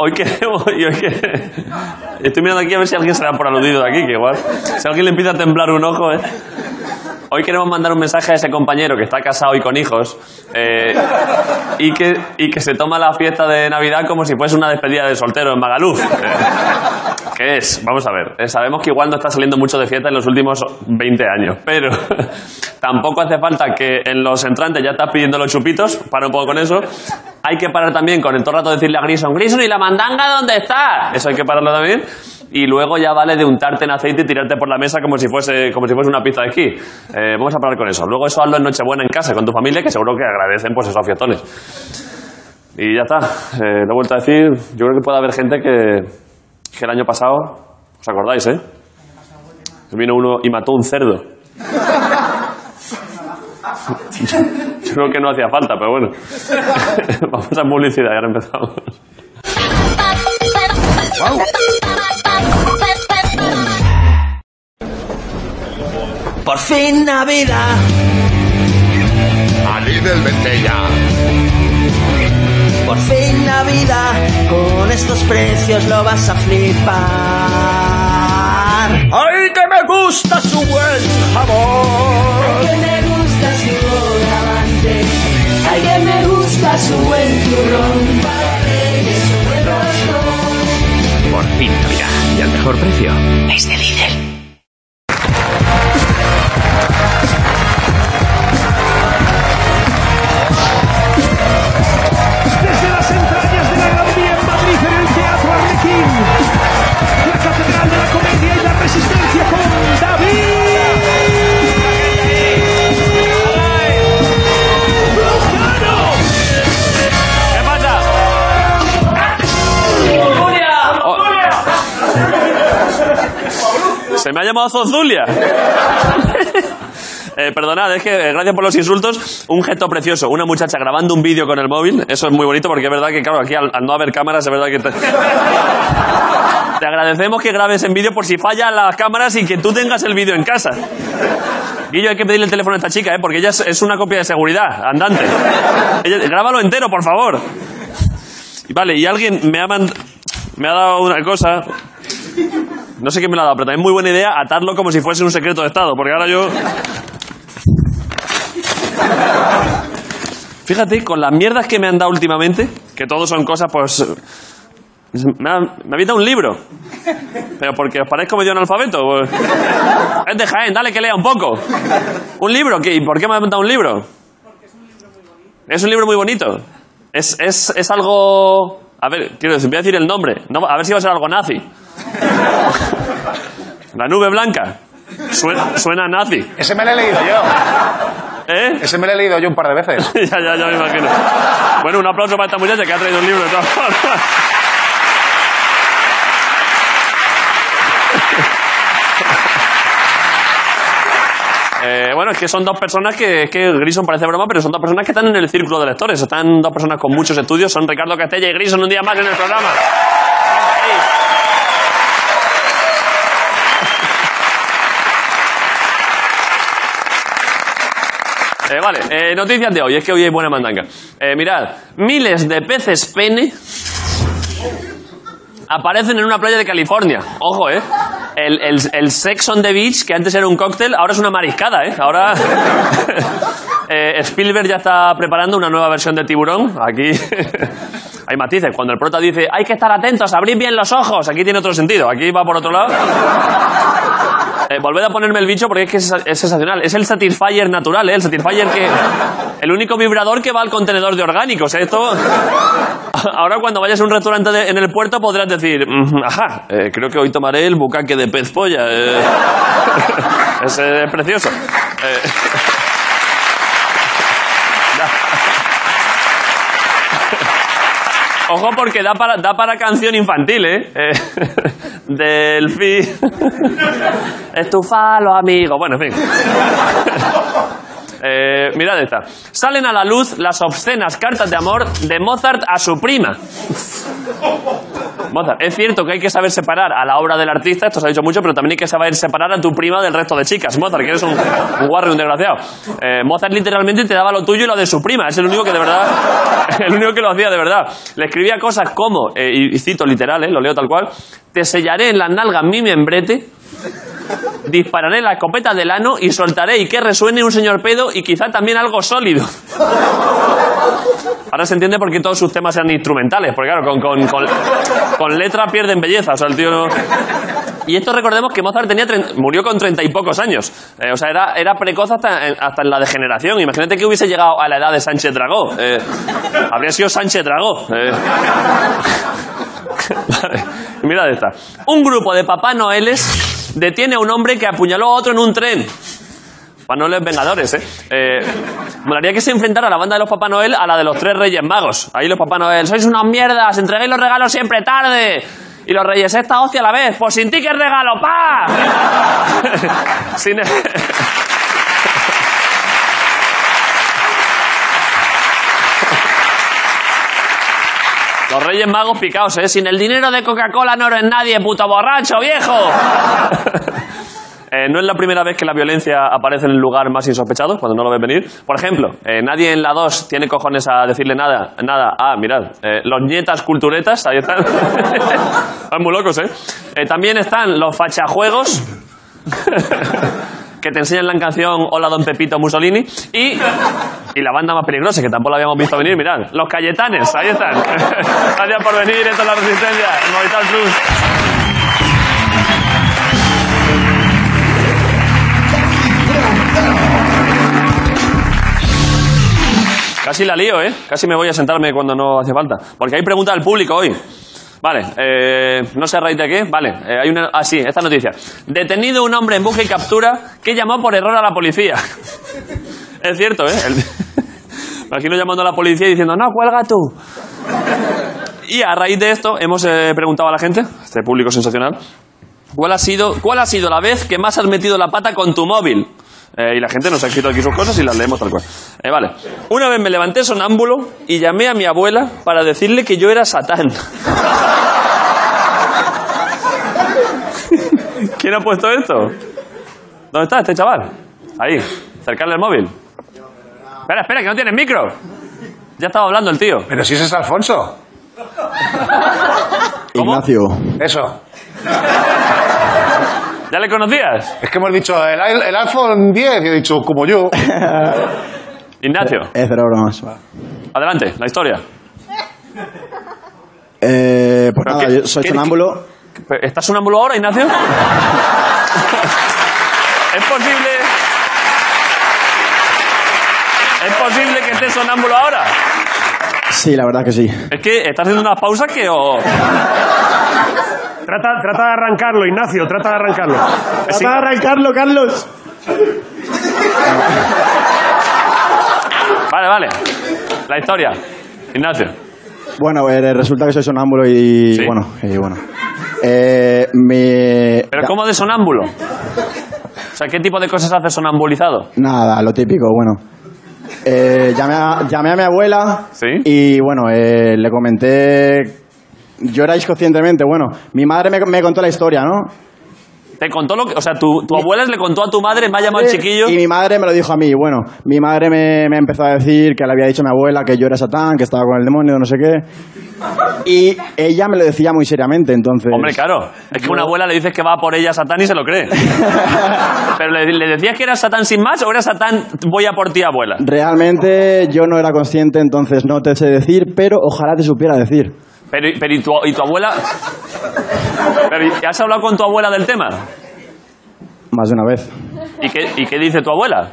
Hoy que, hoy que- Estoy mirando aquí a ver si alguien se da por aludido de aquí, que igual. Si alguien le empieza a temblar un ojo, ¿eh? Hoy queremos mandar un mensaje a ese compañero que está casado y con hijos eh, y, que, y que se toma la fiesta de Navidad como si fuese una despedida de soltero en Magaluf. Eh, ¿Qué es? Vamos a ver. Eh, Sabemos que igual no está saliendo mucho de fiesta en los últimos 20 años, pero tampoco hace falta que en los entrantes ya estás pidiendo los chupitos, para un poco con eso. Hay que parar también con el todo el rato decirle a Grison, Grison, ¿y la mandanga dónde está? Eso hay que pararlo también. Y luego ya vale de untarte en aceite y tirarte por la mesa como si fuese, como si fuese una pista de esquí. Eh, vamos a parar con eso. Luego eso hazlo en Nochebuena en casa con tu familia, que seguro que agradecen pues esos fietones. Y ya está. Eh, lo he vuelto a decir. Yo creo que puede haber gente que, que el año pasado, ¿os acordáis, eh? Vino uno y mató un cerdo. Yo creo que no hacía falta, pero bueno. Vamos a publicidad, y ahora empezamos. Por fin Navidad. A Lidl Ventella. Por fin Navidad, con estos precios lo vas a flipar. ¡Ay, que me gusta su buen jamón! que me gusta su bogavante, ay que me gusta su buen turrón, para reyes su buen roscón. Por fin Navidad. Y al mejor precio. Es de Lidl. Desde las entrañas de la Gran Vía en Madrid, en el Teatro Arlequín, la Catedral de la Comedia y la Resistencia con David. ¿Qué pasa? Oh. Se me ha llamado Zozulia. Eh, perdonad, es que eh, gracias por los insultos. Un gesto precioso. Una muchacha grabando un vídeo con el móvil. Eso es muy bonito porque es verdad que, claro, aquí al, al no haber cámaras, es verdad que. Te... Te agradecemos que grabes en vídeo por si fallan las cámaras y que tú tengas el vídeo en casa. Guillo, hay que pedirle el teléfono a esta chica, ¿eh? porque ella es, es una copia de seguridad andante. Ella- grábalo entero, por favor. Y Vale, y alguien me ha, mand- me ha dado una cosa. No sé quién me la ha dado, pero también muy buena idea atarlo como si fuese un secreto de Estado, porque ahora yo... Fíjate, con las mierdas que me han dado últimamente, que todo son cosas, pues... Me, ha- me habéis dado un libro. Pero porque os parezco medio analfabeto. Pues. Es de Jaén, dale que lea un poco. ¿Un libro? ¿Qué? ¿Y por qué me han dado un libro? Es un libro muy bonito. Es, es, es algo. A ver, quiero decir, voy a decir el nombre. No, a ver si va a ser algo nazi. La nube blanca. Suena, suena a nazi. Ese me lo he leído yo. ¿Eh? Ese me lo he leído yo un par de veces. ya, ya, ya me imagino. Bueno, un aplauso para esta muchacha que ha traído un libro de todas formas. Eh, bueno, es que son dos personas que, es que Grison parece broma, pero son dos personas que están en el círculo de lectores. Están dos personas con muchos estudios. Son Ricardo Castella y Grison un día más en el programa. Eh, vale, eh, noticias de hoy. Es que hoy hay buena mandanga. Eh, mirad, miles de peces pene aparecen en una playa de California. Ojo, ¿eh? El, el, el Sex on the Beach, que antes era un cóctel, ahora es una mariscada, ¿eh? Ahora... Eh, Spielberg ya está preparando una nueva versión de Tiburón. Aquí hay matices. Cuando el prota dice, hay que estar atentos, abrid bien los ojos. Aquí tiene otro sentido. Aquí va por otro lado. Eh, volved a ponerme el bicho porque es que es, es sensacional. Es el Satisfyer natural, ¿eh? El Satisfyer que... El único vibrador que va al contenedor de orgánicos. ¿eh? Esto... Ahora cuando vayas a un restaurante de- en el puerto podrás decir... "Mm, Ajá, eh, creo que hoy tomaré el bucaque de pez polla. eh". es, eh, precioso. Eh, Ojo porque da para, da para canción infantil, ¿eh? eh Delfín. Estufalo, amigo. Bueno, en fin. Eh, mirad esta. Salen a la luz las obscenas cartas de amor de Mozart a su prima. Mozart. Es cierto que hay que saber separar a la obra del artista, esto se ha dicho mucho, pero también hay que saber separar a tu prima del resto de chicas. Mozart, que eres un, un guarro y un desgraciado. Eh, Mozart literalmente te daba lo tuyo y lo de su prima. Es el único que de verdad, el único que lo hacía de verdad. Le escribía cosas como, eh, y, y cito literal, eh, lo leo tal cual, te sellaré en las nalgas mi membrete, dispararé la escopeta del ano y soltaré y que resuene un señor pedo y quizá también algo sólido. Ahora se entiende por qué todos sus temas eran instrumentales, porque claro, con, con, con, con letra pierden belleza, o sea, el tío no... Y esto recordemos que Mozart tenía tren- murió con treinta y pocos años. Eh, o sea, era, era precoz hasta en, hasta en la degeneración. Imagínate que hubiese llegado a la edad de Sánchez Dragó. Eh, habría sido Sánchez Dragó. Eh. Vale, Mirad esta. Un grupo de papá noeles detiene a un hombre que apuñaló a otro en un tren. Papá Noel es Vengadores, ¿eh? eh molaría que se enfrentara la banda de los Papá Noel a la de los tres Reyes Magos. Ahí los Papá Noel, sois unas mierdas, entregáis los regalos siempre tarde. Y los Reyes, esta hostia a la vez, pues sin ti que es regalo, pa. Sin- e- Los Reyes Magos picaos, ¿eh? Sin el dinero de Coca-Cola no eres nadie, puto borracho, viejo. Eh, no es la primera vez que la violencia aparece en el lugar más insospechado, cuando no lo ves venir. Por ejemplo, eh, nadie en la 2 tiene cojones a decirle nada. Nada. Ah, mirad. eh, los nietas culturetas, ahí están. están muy locos, ¿eh? Eh, También están los fachajuegos. que te enseñan la canción Hola Don Pepito Mussolini. Y, y la banda más peligrosa, que tampoco la habíamos visto venir, mirad. Los Cayetanes, ahí están. Gracias por venir, esto es La Resistencia, el Movistar Plus. Casi la lío, ¿eh? Casi me voy a sentarme cuando no hace falta. Porque hay preguntas al público hoy. Vale, eh, no sé a raíz de qué. Vale, eh, hay una. Ah, sí, esta noticia. Detenido un hombre en busca y captura que llamó por error a la policía. es cierto, ¿eh? El- Me imagino llamando a la policía y diciendo, no, cuelga tú. Y a raíz de esto hemos eh, preguntado a la gente, este público sensacional, ¿cuál ha sido, cuál ha sido la vez que más has metido la pata con tu móvil? Eh, y la gente nos ha escrito aquí sus cosas y las leemos tal cual. Eh, vale. Una vez me levanté sonámbulo y llamé a mi abuela para decirle que yo era Satán. ¿Quién ha puesto esto? ¿Dónde está este chaval? Ahí, cercarle el móvil. Espera, espera, que no tienes micro. Ya estaba hablando el tío. Pero si ese es Alfonso. ¿Cómo? Ignacio, Eso. ¿Ya le conocías? Es que hemos dicho el, al- el iPhone 10 y he dicho como yo. Ignacio, es cero bromas. adelante, la historia. Eh, pues Pero nada, qué- yo soy qué- sonámbulo. Pero, ¿Estás sonámbulo ahora, Ignacio? ¿Es posible? ¿Es posible que estés sonámbulo ahora? Sí, la verdad que sí. Es que estás haciendo unas pausas que... o- Trata, trata de arrancarlo, Ignacio, trata de arrancarlo. Sí. Trata de arrancarlo, Carlos. Vale, vale. La historia. Ignacio. Bueno, eh, resulta que soy sonámbulo y Sí. bueno, y bueno. Eh, mi- ¿Pero cómo de sonámbulo? O sea, ¿qué tipo de cosas hace sonambulizado? Nada, lo típico, bueno. Eh, llamé, a, llamé a mi abuela Sí. y bueno, eh, le comenté. Lloráis conscientemente. Bueno, mi madre me, me contó la historia, ¿no? ¿Te contó lo que...? O sea, tu, tu abuela le contó a tu madre, me ha llamado el chiquillo... Y mi madre me lo dijo a mí. Bueno, mi madre me, me empezó a decir que le había dicho a mi abuela que yo era Satán, que estaba con el demonio, no sé qué. Y ella me lo decía muy seriamente, entonces. Hombre, claro. Es que una abuela le dices que va por ella Satán y se lo cree. ¿Pero le, le decías que era Satán sin más o era Satán voy a por ti, abuela? Realmente yo no era consciente, entonces no te sé decir, pero ojalá te supiera decir. Pero, pero ¿y, tu, y tu abuela? Pero, ¿y ¿Has hablado con tu abuela del tema? Más de una vez. ¿Y qué, ¿Y qué dice tu abuela?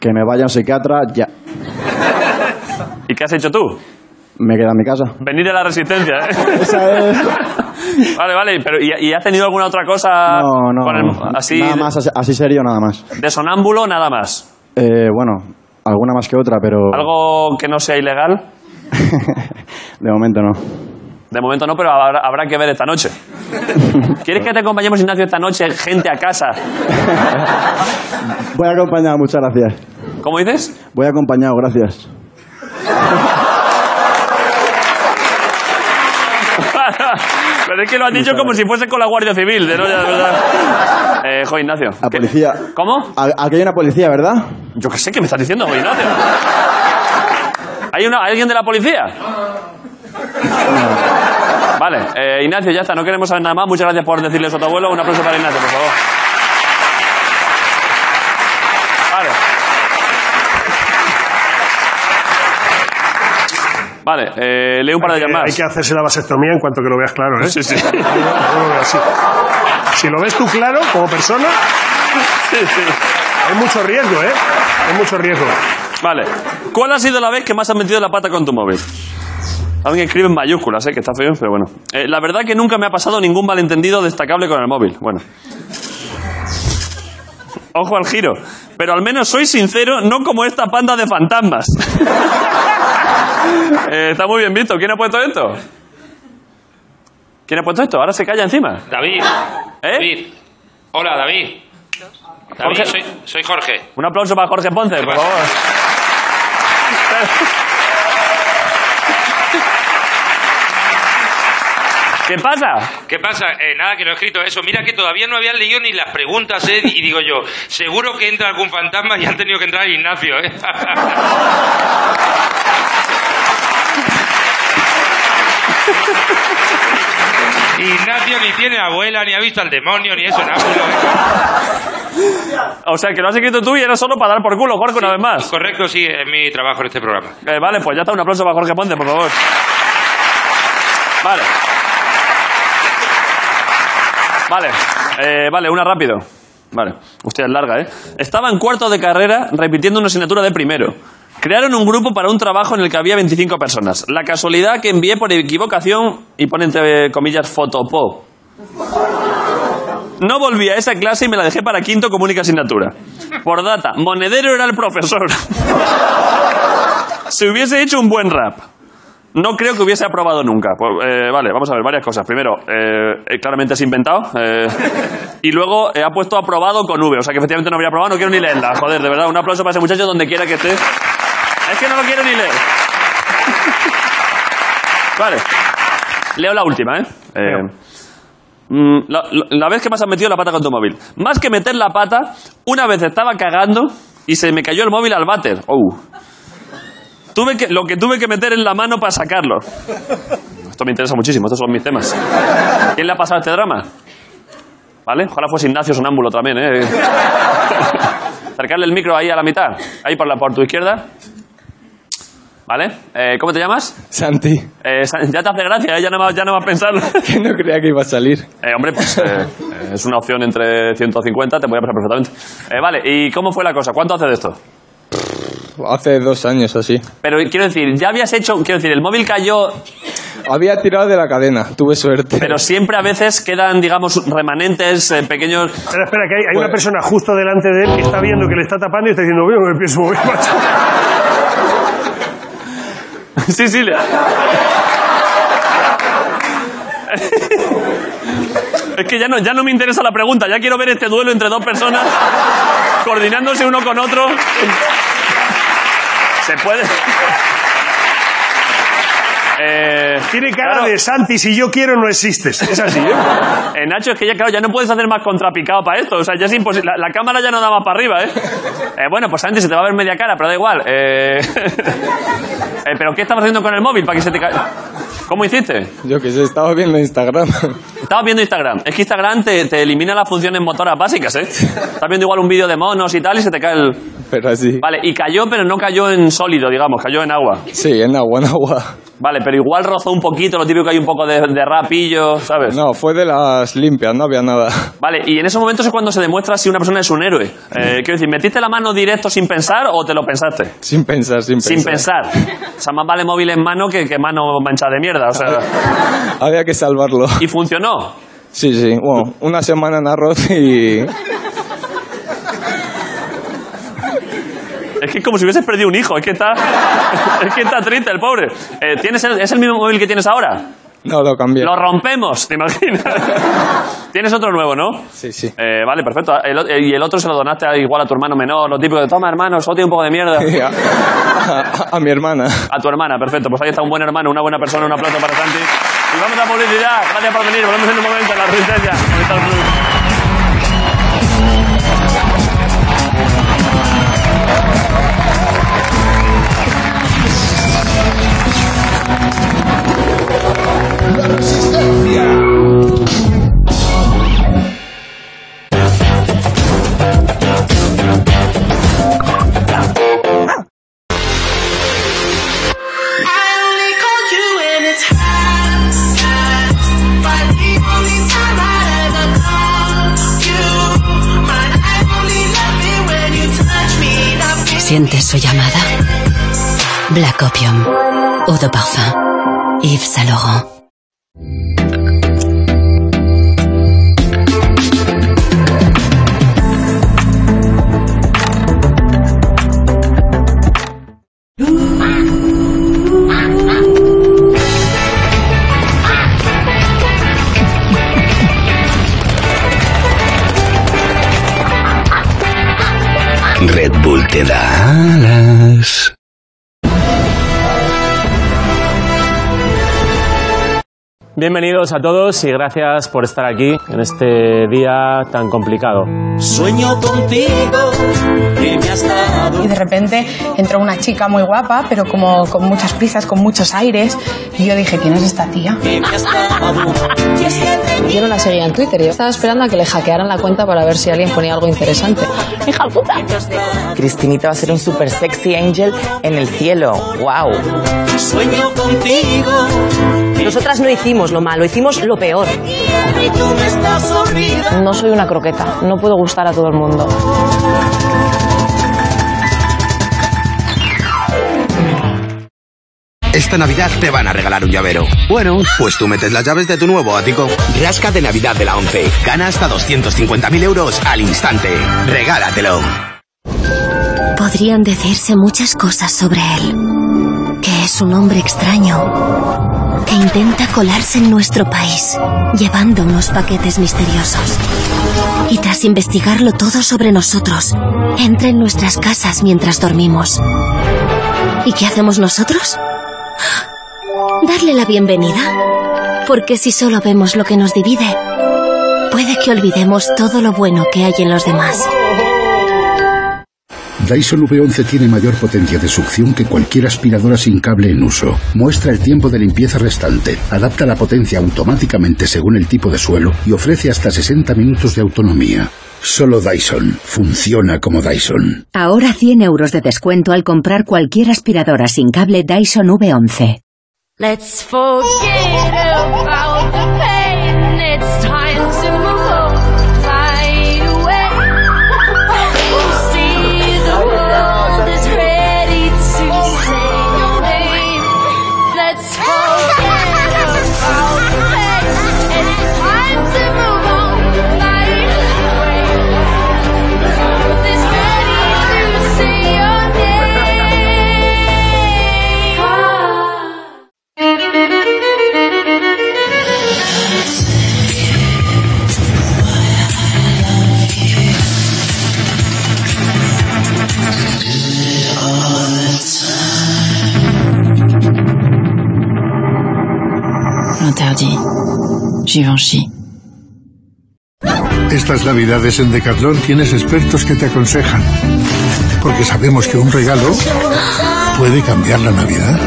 Que me vaya a un psiquiatra, ya. ¿Y qué has hecho tú? Me queda en mi casa. Venir a la resistencia, ¿eh? Esa es- Vale, vale. Pero, ¿y, y has tenido alguna otra cosa? No, no. con el- así, nada más, así, así serio, nada más. de sonámbulo, nada más. Eh, bueno, alguna más que otra, pero. Algo que no sea ilegal. de momento no. De momento no, pero habrá, habrá que ver esta noche. ¿Quieres que te acompañemos, Ignacio, esta noche, gente a casa? Voy acompañado, muchas gracias. ¿Cómo dices? Voy acompañado, gracias. Pero es que lo has dicho como si fuese con la Guardia Civil, ¿no? Ya, de verdad. Eh, jo, Ignacio. La ¿qué- policía. ¿Cómo? A- Aquí hay una policía, ¿verdad? Yo qué sé, ¿qué me estás diciendo, jo, Ignacio? ¿Hay una, alguien de la policía? Vale, eh, Ignacio, ya está, no queremos saber nada más. Muchas gracias por decirle eso a tu abuelo. Un aplauso para Ignacio, por favor. Vale. Vale, eh, leo un par de Eh, llamadas. Hay que hacerse la vasectomía en cuanto que lo veas claro, ¿eh? Sí, sí. Yo lo veo así. Si lo ves tú claro, como persona, Sí, sí. hay mucho riesgo, ¿eh? Hay mucho riesgo. Vale. ¿Cuál ha sido la vez que más has metido la pata con tu móvil? Alguien escribe en mayúsculas, ¿eh? que está feo, pero bueno. Eh, la verdad que nunca me ha pasado ningún malentendido destacable con el móvil. Bueno. Ojo al giro. Pero al menos soy sincero, no como esta panda de fantasmas. Eh, está muy bien visto. ¿Quién ha puesto esto? ¿Quién ha puesto esto? Ahora se calla encima. David. ¿Eh? David. Hola, David. David, Jorge. Soy, soy Jorge. Un aplauso para Jorge Ponce, por pasa? favor. ¿Qué pasa? ¿Qué pasa? Eh, nada, que no he escrito eso. Mira que todavía no habían leído ni las preguntas, ¿eh? Y digo yo, seguro que entra algún fantasma y han tenido que entrar Ignacio, ¿eh? Ignacio ni tiene abuela, ni ha visto al demonio, ni eso, nada. O sea, que lo has escrito tú y era solo para dar por culo, Jorge, una vez más. Correcto, sí, es mi trabajo en este programa. Eh, vale, pues ya está, un aplauso para Jorge Ponce, por favor. Vale. Vale, eh, vale, una rápido. Vale, usted es larga, ¿eh? Estaba en cuarto de carrera repitiendo una asignatura de primero. Crearon un grupo para un trabajo en el que había 25 personas. La casualidad que envié por equivocación, y pone entre comillas fotopó. No volví a esa clase y me la dejé para quinto como única asignatura. Por data, Monedero era el profesor. Si hubiese hecho un buen rap, no creo que hubiese aprobado nunca. Pues, eh, vale, vamos a ver varias cosas. Primero, eh, eh, claramente es inventado. eh, y luego eh, ha puesto aprobado con V. O sea que efectivamente no habría aprobado. No quiero ni leerla. Joder, de verdad. Un aplauso para ese muchacho donde quiera que esté. Es que no lo quiero ni leer. Vale. Leo la última, ¿eh? Eh, mm, la, la- la vez que más has metido la pata con tu móvil. Más que meter la pata, una vez estaba cagando y se me cayó el móvil al váter. Oh. Tuve que, lo que tuve que meter en la mano para sacarlo. Esto me interesa muchísimo, estos son mis temas. ¿Quién le ha pasado este drama? ¿Vale? Ojalá fuese Ignacio Sonámbulo también, ¿eh? Acercarle el micro ahí a la mitad. Ahí por, la, por tu izquierda. ¿Vale? Eh, ¿Cómo te llamas? Santi, Eh, Sa- ya te hace gracia, ¿eh? ya, no, va- ya no vas a pensarlo. que no creía que iba a salir. Eh, hombre, pues eh, eh, es una opción entre 150, te voy a pasar perfectamente. Eh, vale, ¿y cómo fue la cosa? ¿Cuánto hace de esto? Hace dos años o así. Pero eh, quiero decir, ya habías hecho, quiero decir, el móvil cayó Había tirado de la cadena, tuve suerte. Pero siempre a veces quedan, digamos, remanentes eh, pequeños. Espera, espera, que hay, hay Pues- una persona justo delante de él que está viendo que le está tapando y está diciendo, veo que me pienso mover, macho". sí, sí. le- Pues, es que ya no, ya no me interesa la pregunta. Ya quiero ver este duelo entre dos personas coordinándose uno con otro. Se puede. Eh, Tiene cara claro, de Santi, si yo quiero no existes. Es así, ¿eh? Eh, Nacho, es que ya, claro, ya no puedes hacer más contrapicado para esto. O sea, ya es imposible. La, la cámara ya no da más para arriba, ¿eh? Eh, bueno, pues antes se te va a ver media cara, pero da igual. Eh, eh, ¿Pero qué estabas haciendo con el móvil para que se te caiga? ¿Cómo hiciste? Yo que sé, estaba viendo Instagram. Estabas viendo Instagram. Es que Instagram te, te elimina las funciones motoras básicas, ¿eh? Estás viendo igual un vídeo de monos y tal y se te cae el... Pero así. Vale, y cayó, pero no cayó en sólido, digamos, cayó en agua. Sí, en agua, en agua. Vale, pero igual rozó un poquito, lo típico que hay un poco de, de rapillo, ¿sabes? No, fue de las limpias, no había nada. Vale, y en esos momentos es cuando se demuestra si una persona es un héroe. Eh, quiero decir, ¿metiste la mano directo sin pensar o te lo pensaste? Sin pensar, sin pensar. Sin pensar. O sea, más vale móvil en mano que, que mano manchada de mierda. O sea, Había que salvarlo. y funcionó. Sí, sí. Bueno, una semana en arroz y... Es que es como si hubieses perdido un hijo. Es que está, es que está triste el pobre. Eh, ¿tienes el- ¿Es el mismo móvil que tienes ahora? No, lo cambié. Lo rompemos, ¿te imaginas? tienes otro nuevo, ¿no? Sí, sí. Eh, vale, perfecto. El o- y el otro se lo donaste a- igual a tu hermano menor, lo típico de toma, hermano, solo tiene un poco de mierda. A, a- a mi hermana. A tu hermana, perfecto. Pues ahí está un buen hermano, una buena persona, un aplauso para Santi. Y vamos a publicidad. Gracias por venir. Volvemos en un momento a la resistencia. Conecta al club. ¿Sientes su llamada? Black Opium, Eau de Parfum, Yves Saint Laurent. Red Bull te da alas. Bienvenidos a todos y gracias por estar aquí en este día tan complicado. Sueño contigo que me has dado. Y de repente entró una chica muy guapa, pero como con muchas prisas, con muchos aires. Y yo dije, ¿quién es esta tía? Yo no la seguía en Twitter, yo estaba esperando a que le hackearan la cuenta para ver si alguien ponía algo interesante. ¡Hija puta! Cristinita va a ser un super sexy angel en el cielo. ¡Wow! Sueño contigo. Nosotras no hicimos lo malo, hicimos lo peor. Y tú me estás horrida. No soy una croqueta, no puedo gustar a todo el mundo. Esta Navidad te van a regalar un llavero. Bueno, pues tú metes las llaves de tu nuevo ático. Rasca de Navidad de la 11. Gana hasta 250.000 euros al instante. Regálatelo. Podrían decirse muchas cosas sobre él. Que es un hombre extraño, que intenta colarse en nuestro país, llevando unos paquetes misteriosos. Y tras investigarlo todo sobre nosotros, entra en nuestras casas mientras dormimos. ¿Y qué hacemos nosotros? Darle la bienvenida. Porque si solo vemos lo que nos divide, puede que olvidemos todo lo bueno que hay en los demás. Dyson V11 tiene mayor potencia de succión que cualquier aspiradora sin cable en uso. Muestra el tiempo de limpieza restante, adapta la potencia automáticamente según el tipo de suelo y ofrece hasta 60 minutos de autonomía. Solo Dyson funciona como Dyson. Ahora 100 euros de descuento al comprar cualquier aspiradora sin cable Dyson V11. Let's forget about the pain. It's time to move on. Fly away. See the world is ready to say your name. Let's forget about the pain. It's time to move on. Fly away. The world is ready to say your name. Interdit. Givenchy. Estas navidades en Decathlon tienes expertos que te aconsejan. Porque sabemos que un regalo puede cambiar la Navidad.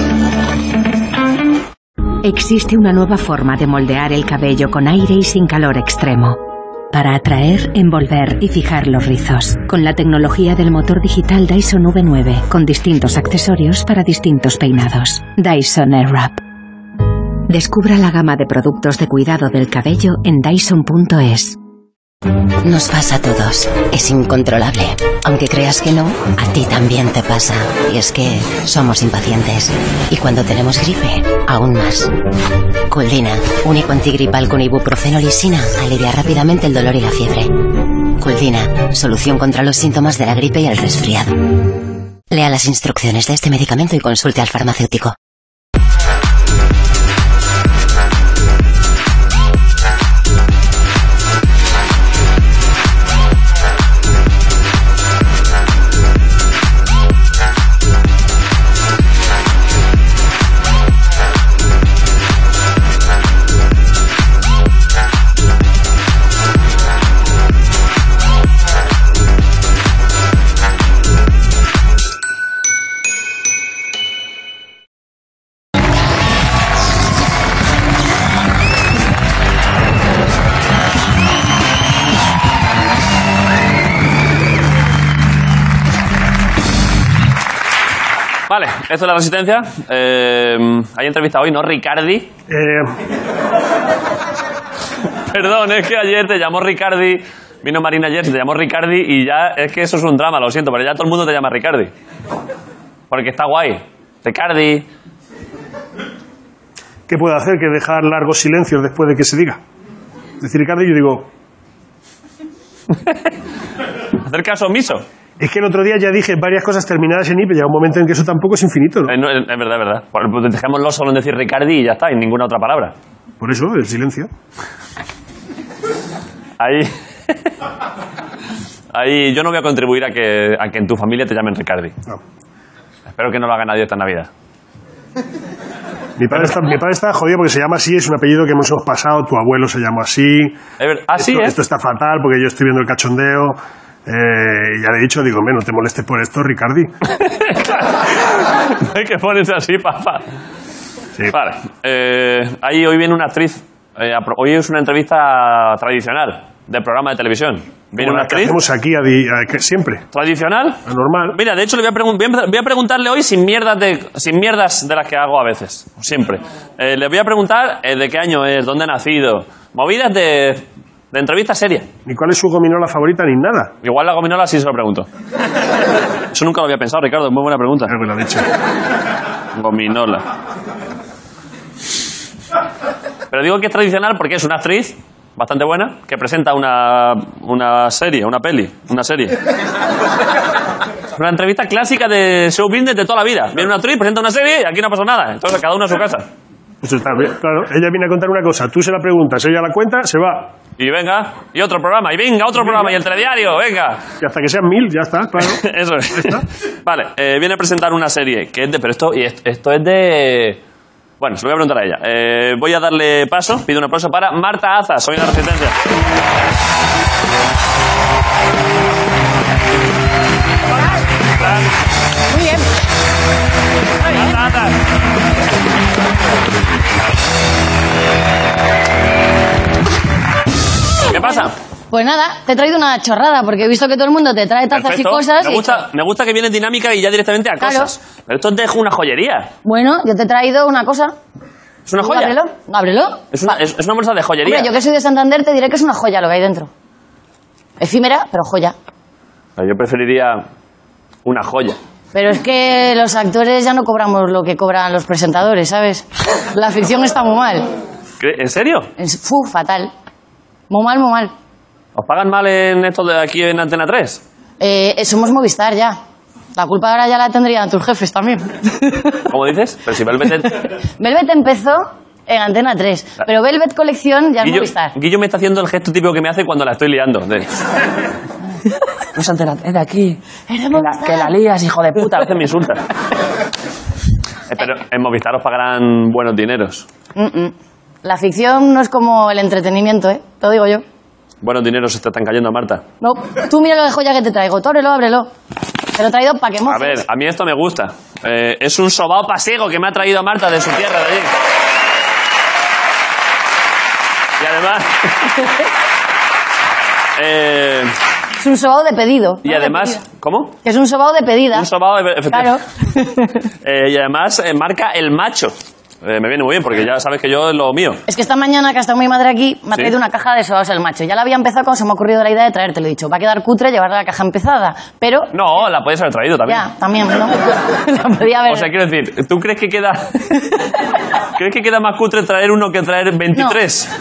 Existe una nueva forma de moldear el cabello con aire y sin calor extremo. Para atraer, envolver y fijar los rizos. Con la tecnología del motor digital Dyson V9, con distintos accesorios para distintos peinados. Dyson Airwrap. Descubra la gama de productos de cuidado del cabello en Dyson.es. Nos pasa a todos. Es incontrolable. Aunque creas que no, a ti también te pasa. Y es que somos impacientes. Y cuando tenemos gripe, aún más. Coldina, único antigripal con ibuprofeno lisina, alivia rápidamente el dolor y la fiebre. Coldina, solución contra los síntomas de la gripe y el resfriado. Lea las instrucciones de este medicamento y consulte al farmacéutico. Vale, esto es la resistencia. Eh, hay entrevista hoy, ¿no? Ricardi. Perdón, es que ayer te llamó Ricardi. Vino Marina ayer, te llamó Ricardi y ya es que eso es un drama, lo siento, pero ya todo el mundo te llama Ricardi. Porque está guay. Ricardi. ¿Qué puedo hacer que dejar largos silencios después de que se diga? Es decir, Ricardo, yo digo, Hacer caso omiso. es que el otro día ya dije varias cosas terminadas en I, pero llega un momento en que eso tampoco es infinito, ¿no? Eh, no, eh, es verdad, es verdad. Por- pues, Dejémoslo solo en decir Ricardi y ya está, y ninguna otra palabra. Por eso, el silencio. Ahí. Ahí yo no voy a contribuir a que, a que en tu familia te llamen Ricardi. Espero que no lo haga nadie esta Navidad. Mi padre, está, mi padre está jodido porque se llama así, es un apellido que hemos hemos pasado, tu abuelo se llamó así. Es ver- ah, sí, esto, ¿eh? esto está fatal porque yo estoy viendo el cachondeo. eh, y ya le he dicho, digo, "Hombre, no te molestes por esto, Ricardi. Hay que ponerse así, papá. Vale. Eh, ahí hoy viene una actriz. eh, apro- hoy es una entrevista tradicional del programa de televisión. Viene Como una la que actriz. hacemos aquí a di- a que- siempre. ¿Tradicional? Normal. Mira, de hecho, le voy a, pregun- voy a empezar- voy a preguntarle hoy sin mierdas, de, sin mierdas de las que hago a veces, siempre. Eh, le voy a preguntar eh, de qué año es, dónde ha nacido, movidas de, de entrevista seria. Ni cuál es su gominola favorita ni nada. Igual la gominola sí se lo pregunto. Eso nunca lo había pensado, Ricardo, es muy buena pregunta. Es lo dicho. Gominola. Pero digo que es tradicional porque es una actriz bastante buena que presenta una, una serie, una peli, una serie. Una entrevista clásica de show business de toda la vida. Viene una actriz, presenta una serie y aquí no pasa nada. Entonces cada uno a su casa. Eso está bien. Claro, ella viene a contar una cosa, tú se la preguntas, ella la cuenta, se va. Y venga, y otro programa, y venga, otro programa, y el telediario, venga. Y hasta que sean mil, ya está, claro. Eso es. Vale, eh, viene a presentar una serie que es de. Pero esto, y esto, esto es de. Bueno, se lo voy a preguntar a ella. Eh, voy a darle paso, pido un aplauso para Marta Aza, soy la Resistencia. Muy bien. ¿Qué pasa? Pues nada, te he traído una chorrada porque he visto que todo el mundo te trae tazas Perfecto. y cosas. Me y- gusta, me gusta que viene dinámica y ya directamente a Claro. cosas. Pero esto es de una joyería. Bueno, yo te he traído una cosa. ¿Es una joya? Ábrelo, ábrelo. Es una, es- es una bolsa de joyería. Hombre, yo que soy de Santander te diré que es una joya lo que hay dentro. Efímera, pero joya. Pero yo preferiría una joya. Pero es que los actores ya no cobramos lo que cobran los presentadores, ¿sabes? La ficción está muy mal. ¿Qué? ¿En serio? Es fu, fatal. Muy mal, muy mal. ¿Os pagan mal en esto de aquí en Antena 3? Eh, eh, somos Movistar ya. La culpa ahora ya la tendrían tus jefes también. ¿Cómo dices? Pero si Velvet- Velvet empezó en Antena 3, pero Velvet Colección ya es Guillo, Movistar. Guillo me está haciendo el gesto típico que me hace cuando la estoy liando. Eh, de- No se entera, es de aquí. Que la, que la lías, hijo de puta. A veces me insulta. Eh, Pero en Movistar os pagarán buenos dineros. Mm, mm. La ficción no es como el entretenimiento, ¿eh? Te lo digo yo. Buenos dineros se te están cayendo, Marta. No, tú mira lo de joya que te traigo. Tú ábrelo, ábrelo. Te lo he traído para que A mojes. ver, a mí esto me gusta. Eh, es un sobao pasiego que me ha traído Marta de su tierra de allí. Y además... Eh, Es un sobao de pedido. y ¿no? De además... pedida. ¿Cómo? Es un sobao de pedida. Un sobao, efe- Claro. efectivamente. Eh, y además eh, marca el macho. Eh, me viene muy bien porque ya sabes que yo es lo mío. Es que esta mañana que ha estado mi madre aquí, me ha Sí. traído una caja de sobaos el macho. Ya la había empezado cuando se me ha ocurrido la idea de traértelo. He dicho, va a quedar cutre llevar la caja empezada. Pero No, la puedes haber traído también. ya, también, ¿no? la podía haber. O sea, quiero decir, ¿tú crees que queda crees que queda más cutre traer uno que traer 23?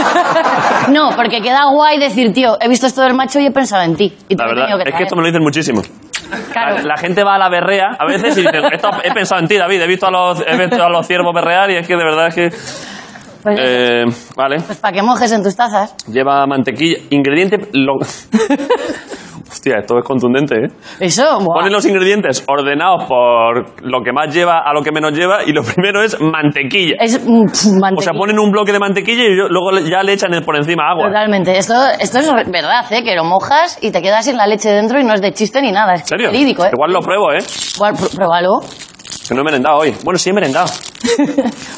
no, porque queda guay decir, tío, he visto esto del macho y he pensado en ti. Y te La lo he verdad, tenido que es que traer. esto me lo dicen muchísimo. Claro. La, la gente va a la berrea a veces y dice, "Esto he pensado en ti, David, he visto a los, he visto a los ciervos berrear y es que de verdad es que... Eh, vale, Pues para que mojes en tus tazas. lleva mantequilla, ingrediente... lo- Hostia, esto es contundente, ¿eh? Eso, buah. Ponen los ingredientes ordenados por lo que más lleva a lo que menos lleva y lo primero es mantequilla. Es mm, pf, mantequilla. O sea, ponen un bloque de mantequilla y yo- luego le- ya le echan el- por encima agua. Totalmente. Esto, esto es re- verdad, ¿eh? Que lo mojas y te quedas sin la leche dentro y no es de chiste ni nada. Es ¿En serio? verídico, ¿eh? Igual lo pruebo, ¿eh? Igual, pr- pruébalo. Que no he merendado hoy. Bueno, sí he merendado.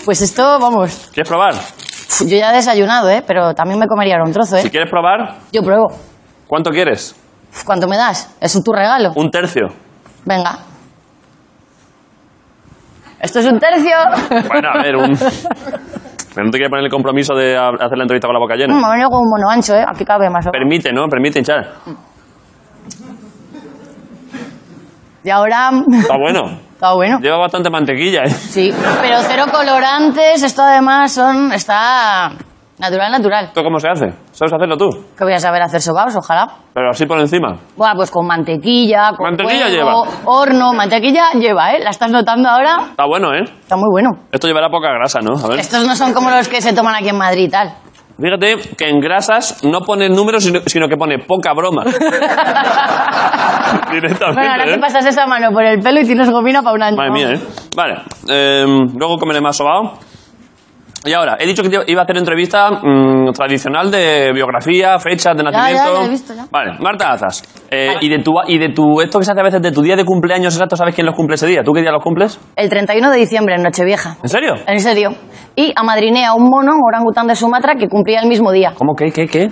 Pues esto, vamos, ¿Quieres probar? pf, yo ya he desayunado, ¿eh? Pero también me comería ahora un trozo, Si ¿eh? quieres probar, Yo pruebo. ¿cuánto quieres? Uf, ¿Cuánto me das? Es tu regalo. Un tercio. Venga. Esto es un tercio. Bueno, a ver, un... Pero no te quiero poner el compromiso de ha- hacer la entrevista con la boca Mm, llena. Me ha venido con un mono ancho, ¿eh? Aquí cabe más o menos. Permite, ¿no? Permite hinchar. Y ahora... Está Ah, bueno. Está bueno. Lleva bastante mantequilla, ¿eh? Sí. Pero cero colorantes, esto además son... Está natural, natural. ¿Esto cómo se hace? ¿Sabes hacerlo tú? Que voy a saber hacer sobaos, ojalá. Pero así por encima. Bueno, pues con mantequilla, con Mantequilla huevo, lleva. horno, mantequilla lleva, ¿eh? ¿La estás notando ahora? Está bueno, ¿eh? Está muy bueno. Esto llevará poca grasa, ¿no? A ver. Estos no son como los que se toman aquí en Madrid y tal. Fíjate que en grasas no pone números, sino, sino que pone poca broma. Directamente. Bueno, ahora ¿eh? te pasas esa mano por el pelo y tienes gomina para un año. Madre mía, ¿eh? Vale. eh, luego comeré más sobao. Y ahora, he dicho que te iba a hacer entrevista mm, tradicional de biografía, fechas de ya, ya, nacimiento. he visto, ya. Vale, Marta Azas. eh, y, de tu, y de tu, esto que se hace a veces de tu día de cumpleaños exacto, ¿sabes quién los cumple ese día? ¿Tú qué día los cumples? El 31 de diciembre, en Nochevieja. ¿En serio? En serio. Y amadriné a un mono, un orangután de Sumatra, que cumplía el mismo día. ¿Cómo? ¿Qué? ¿Qué? ¿Qué?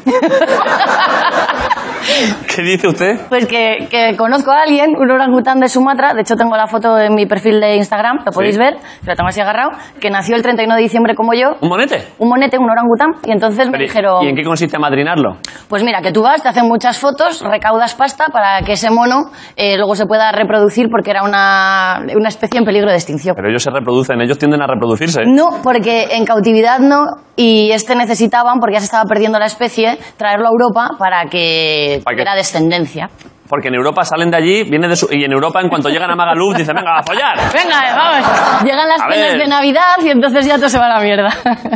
¿Qué dice usted? Pues que, que conozco a alguien, un orangután de Sumatra, de hecho tengo la foto en mi perfil de Instagram, lo podéis ver, lo tengo así agarrado, que nació el 31 de diciembre como yo, ¿Un monete? un monete, un orangután, y entonces me Pero, ¿y- dijeron... ¿Y en qué consiste madrinarlo? Pues mira, que tú vas, te hacen muchas fotos, recaudas pasta para que ese mono eh, luego se pueda reproducir porque era una, una especie en peligro de extinción. Pero ellos se reproducen, ellos tienden a reproducirse. No, porque en cautividad no, y este necesitaban, porque ya se estaba perdiendo la especie, traerlo a Europa para que ¿Para qué? tuviera descendencia. Porque en Europa salen de allí, vienen de su- y en Europa en cuanto llegan a Magaluf dicen, venga, a follar. Venga, eh, vamos. Llegan las A cenas ver. de Navidad y entonces ya todo se va a la mierda.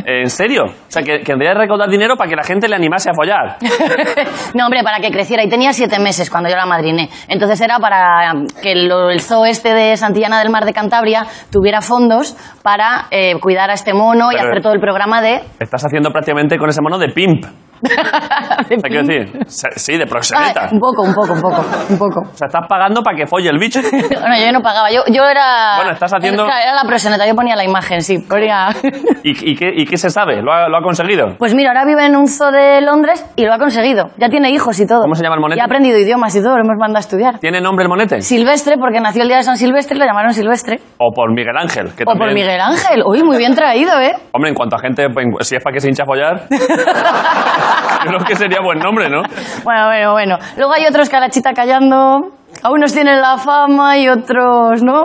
¿En serio? O sea, que, que debería recaudar dinero para que la gente le animase a follar. no, hombre, para que creciera. Y tenía siete meses cuando yo la madriné. Entonces era para que lo- el zoo este de Santillana del Mar de Cantabria tuviera fondos para eh, cuidar a este mono y Pero- hacer todo el programa de... Estás haciendo prácticamente con ese mono de pimp. O sea, quiero decir, se- sí, de Ah, proxeneta. un poco, un poco, un poco, un poco. O sea, estás pagando para que folle el bicho. Bueno, yo no pagaba, yo, yo era... Bueno, estás haciendo- Era, era la proseneta, yo ponía la imagen, sí, ponía... ¿Y, y qué, y qué se sabe? ¿Lo ha, lo ha conseguido? Pues mira, ahora vive en un zoo de Londres y lo ha conseguido. Ya tiene hijos y todo. ¿Cómo se llama el monete? Y ha aprendido idiomas y todo, lo hemos mandado a estudiar. ¿Tiene nombre el monete? Silvestre, porque nació el día de San Silvestre y lo llamaron Silvestre. O por Miguel Ángel. Que O por también- Miguel Ángel. Uy, muy bien traído, ¿eh? Hombre, en cuanto a gente, en- si es para que se hincha a follar, creo que sería buen nombre, ¿no? Bueno, bueno, bueno. Luego hay otros carachita callando. A unos tienen la fama y otros no.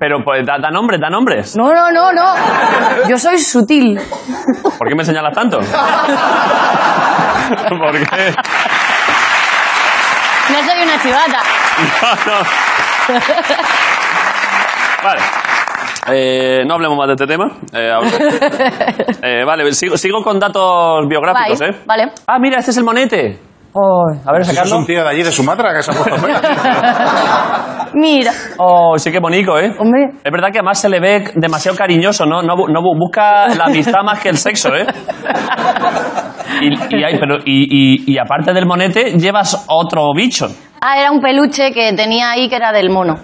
Pero pues, da, da nombres, da nombres. No, no, no, no. Yo soy sutil. ¿Por qué me señalas tanto? ¿Por qué? No soy una chivata. No, no. Vale. Eh, no hablemos más de este tema. Eh, hab- Eh, vale, sigo, sigo con datos biográficos, Guay, ¿eh? Vale. Ah, mira, este es el monete. A ver, Es sacarlo. un tío de allí de Sumatra que se ha puesto pelo. Mira. Oh, sí que bonito, ¿eh? Hombre. Es verdad que además se le ve demasiado cariñoso, ¿no? No, bu- no bu- busca la amistad más que el sexo, ¿eh? Y, y hay- pero, y- y- y aparte del monete, llevas otro bicho. Ah, era un peluche que tenía ahí que era del mono.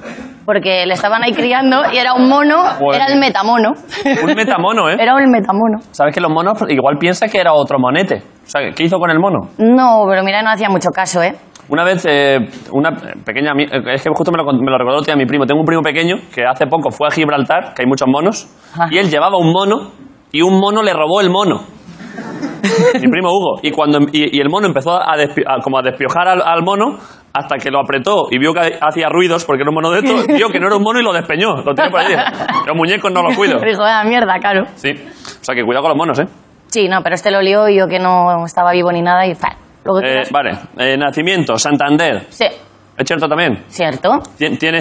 Porque le estaban ahí criando y era un mono, Joder. era el metamono. Un metamono, ¿eh? Era un metamono. Sabes que los monos igual piensa que era otro monete. O sea, ¿qué hizo con el mono? No, pero mira, no hacía mucho caso, ¿eh? Una vez, eh, una pequeña... ami- eh, Es que justo me lo, cont- me lo recordó el otro día mi primo. Tengo un primo pequeño que hace poco fue a Gibraltar, que hay muchos monos, y él llevaba un mono y un mono le robó el mono. mi primo Hugo. Y, cuando, y, y el mono empezó a, despi- a- como a despiojar al, al mono hasta que lo apretó y vio que hacía ruidos porque era un mono de estos, vio que no era un mono y lo despeñó. Lo tiene por ahí. Los muñecos no los cuido. Dijo, "Ah, mierda, claro. Sí. O sea, que cuidado con los monos, ¿eh? Sí, no, pero este lo lió y yo que no estaba vivo ni nada y ¡fa! Luego Eh, tiras- vale, Eh, nacimiento, Santander. Sí, ¿Es cierto también? cierto. Tien- Tiene.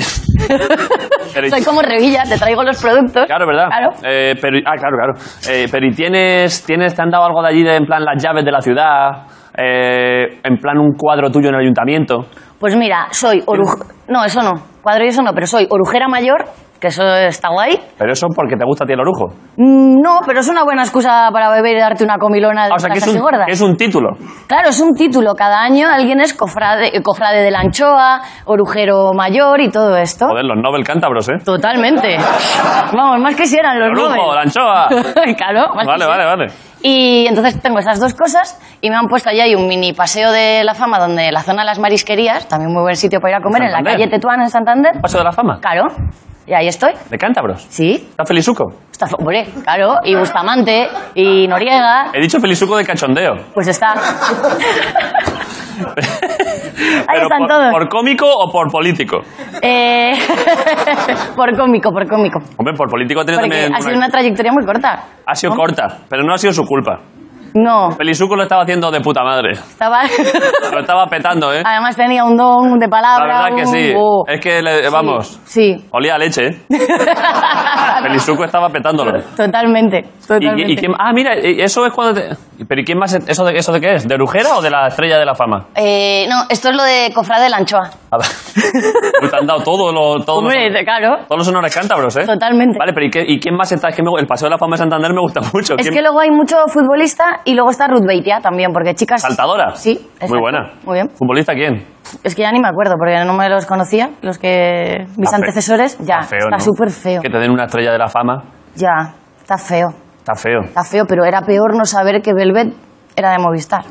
Pero- Soy como Revilla, te traigo los productos. Claro, ¿verdad? Claro. Eh, pero, ah, claro, claro. Eh, pero ¿y tienes, tienes, te han dado algo de allí, de, en plan las llaves de la ciudad? Eh, en plan un cuadro tuyo en el ayuntamiento. Pues mira, soy oruj... No, eso no. Cuadro y eso no, pero soy orujera mayor, que eso está guay. Pero eso porque te gusta a ti el orujo. Mm, No, pero es una buena excusa para beber y darte una comilona de Ah, o sea, que es estas así un, gordas. que es un título. Claro, es un título. Cada año alguien es cofrade, eh, cofrade de la anchoa, orujero mayor y todo esto. Joder, los Nobel cántabros, ¿eh? Totalmente. Vamos, más quisieran los El orujo, Nobel. la anchoa. claro, más Ah. Vale, quisieran. vale, vale. Y entonces tengo esas dos cosas y me han puesto allí hay un mini paseo de la fama donde la zona de las marisquerías, también muy buen sitio para ir a comer, en la Santander? calle Tetuán en Santander. ¿Paso de la fama? Claro. Y ahí estoy. ¿De cántabros? Sí. ¿Está Felizuco? Está, hombre, claro. Y Bustamante, y Noriega, He dicho Felizuco de cachondeo. pues está. Ahí Pero están por, todos. ¿Por cómico o por político? Eh, por cómico, por cómico. Hombre, por político ha tenido Porque también ha sido una trayectoria muy corta. Ha sido corta, pero no ha sido su culpa. No, Felizuco lo estaba haciendo de puta madre. estaba... Lo estaba petando, ¿eh? Además tenía un don de La palabra. verdad que un- sí. oh. Es que, le- vamos, Sí, olía a leche, ¿eh? Felizuco estaba petándolo. totalmente, totalmente. ¿Y, y quién- ah, mira, eh, eso es cuando te- ¿Pero y quién más? ¿Eso de, eso de qué es? ¿De Brujera o de la Estrella de la Fama? Eh, no, esto es lo de Cofrade de la Anchoa. A ver, pues te han dado todo lo- todos los- Hombre, claro. todos los honores cántabros, ¿eh? Totalmente. Vale, pero ¿y, qué- y quién más está? Es que me- el Paseo de la Fama de Santander me gusta mucho. Es ¿Quién- que luego hay mucho futbolista y luego está Ruth Beitia también, porque chicas... ¿Saltadora? Sí. exacto. Muy buena. Muy bien. ¿Futbolista quién? Es que ya ni me acuerdo, porque no me los conocía, los que... Mis Está fe- antecesores, ya, feo, está ¿no? súper feo. Que te den una Estrella de la Fama. Ya, está feo. Está feo. Está feo, pero era peor no saber que Velvet era de Movistar.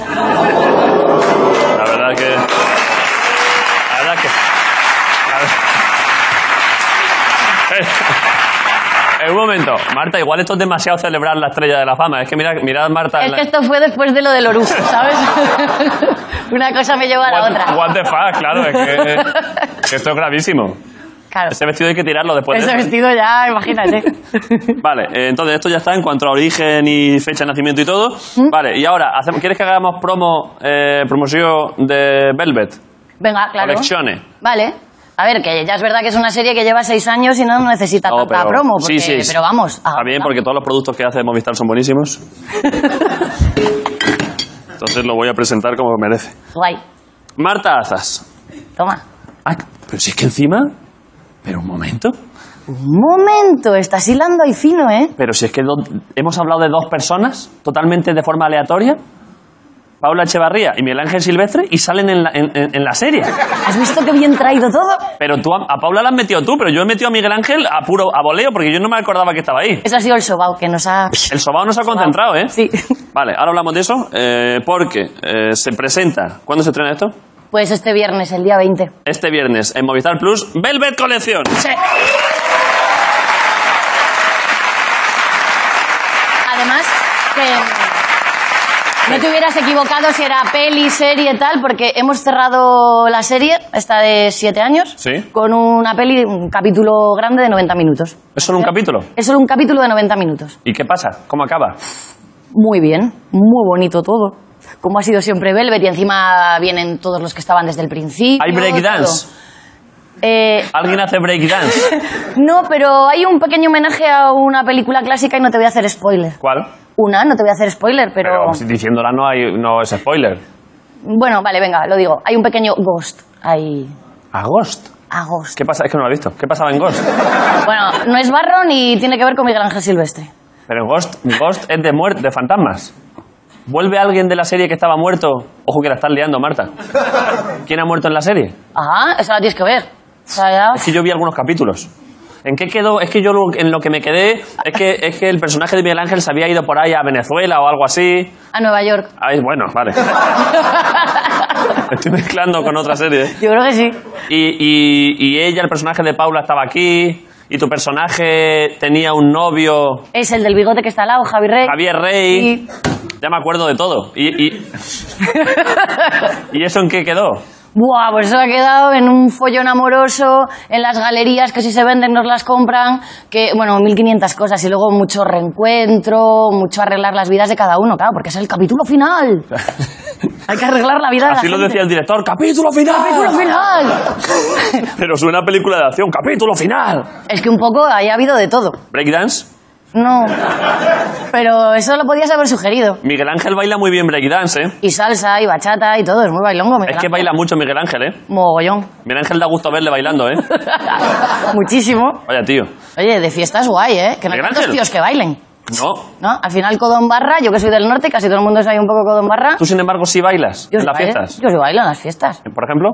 La verdad que... La verdad que... la ver- Eh, Un momento, Marta, igual esto es demasiado celebrar la estrella de la fama. Es que mira, mirad, Marta. Es la- que esto fue después de lo del orujo, ¿sabes? Una cosa me llevó a la otra. What the fuck, claro, es que, que esto es gravísimo. Claro. Ese vestido hay que tirarlo después. de Ese esto. vestido ya, imagínate. Vale, eh, entonces esto ya está en cuanto a origen y fecha de nacimiento y todo. Vale, y ahora, hacemos- ¿quieres que hagamos promo, eh, promoción de Velvet? Venga, claro. Colecciones. Vale. A ver, que ya es verdad que es una serie que lleva seis años y no necesita No, tanta promo. Porque, sí, sí, sí. Pero vamos. Está bien, porque todos los productos que hace Movistar son buenísimos. Entonces lo voy a presentar como merece. Guay. Marta Azas. Toma. Pero si es que encima... Pero un momento. Un momento, estás hilando ahí fino, ¿eh? Pero si es que do- hemos hablado de dos personas totalmente de forma aleatoria. Paula Echevarría y Miguel Ángel Silvestre y salen en la, en- en- en la serie. ¿Has visto qué bien traído todo? Pero tú a, a Paula la has metido tú, pero yo he metido a Miguel Ángel a puro a voleo porque yo no me acordaba que estaba ahí. Eso ha sido el sobao que nos ha... El sobao nos ha concentrado, ¿eh? Sí. Vale, ahora hablamos de eso eh, porque eh, se presenta. ¿Cuándo se estrena esto? Pues este viernes, el día 20. Este viernes en Movistar Plus, Velvet Colección. Además, que no te hubieras equivocado si era peli, serie y tal, porque hemos cerrado la serie, esta de siete años, Sí. con una peli, un capítulo grande de 90 minutos. ¿Es solo un capítulo? Es solo un capítulo de 90 minutos. ¿Y qué pasa? ¿Cómo acaba? Muy bien, muy bonito todo. Como ha sido siempre Velvet y encima vienen todos los que estaban desde el principio. ¿Hay breakdance? todo. Eh, ¿Alguien hace breakdance? no, pero hay un pequeño homenaje a una película clásica y no te voy a hacer spoiler. ¿Cuál? Una, no te voy a hacer spoiler, pero... Pero si diciéndola no, hay, no es spoiler. Bueno, vale, venga, lo digo. Hay un pequeño ghost ahí. ¿Agost? Agost. ¿Qué pasa? Es que no lo he visto. ¿Qué pasaba en Ghost? Bueno, no es barro ni tiene que ver con Miguel Ángel Silvestre. Pero Ghost, Ghost es de muerte, de fantasmas. ¿Vuelve alguien de la serie que estaba muerto? Ojo que la estás liando, Marta. ¿Quién ha muerto en la serie? Ah, eso lo tienes que ver. O sea, ya- Es que yo vi algunos capítulos. ¿En qué quedó? Es que yo lo- en lo que me quedé es que, es que el personaje de Miguel Ángel se había ido por ahí a Venezuela o algo así. A Nueva York. Ay, bueno, vale. Estoy mezclando con otra serie. Yo creo que sí. Y, y- y ella, el personaje de Paula, estaba aquí. Y tu personaje tenía un novio, Es el del bigote que está al lado, Javi Rey. Javier Rey. Ya me acuerdo de todo. ¿Y, y, ¿y eso en qué quedó? Buah, pues eso ha quedado en un follón amoroso, en las galerías que si se venden nos las compran, que bueno, 1500 cosas y luego mucho reencuentro, mucho arreglar las vidas de cada uno, claro, porque es el capítulo final. Hay que arreglar la vida de la Así lo gente. decía el director. ¡Capítulo final! ¡Capítulo final! Pero suena una película de acción. ¡Capítulo final! Es que un poco ahí ha habido de todo. Breakdance. No. Pero eso lo podías haber sugerido. Miguel Ángel baila muy bien breakdance, ¿eh? Y salsa, y bachata, y todo. Es muy bailongo, Miguel Es que Ángel. baila mucho Miguel Ángel, ¿eh? Mogollón. Miguel Ángel da gusto verle bailando, ¿eh? Muchísimo. Vaya tío. Oye, de fiesta es guay, ¿eh? Que no hay Miguel tantos Ángel. tíos que bailen, No. ¿no? Al final, codón barra, yo que soy del norte, casi todo el mundo sabe un poco codón barra. Tú, sin embargo, sí bailas Ah. Yo en sí las bailo- fiestas. Yo sí bailo en las fiestas. Por ejemplo.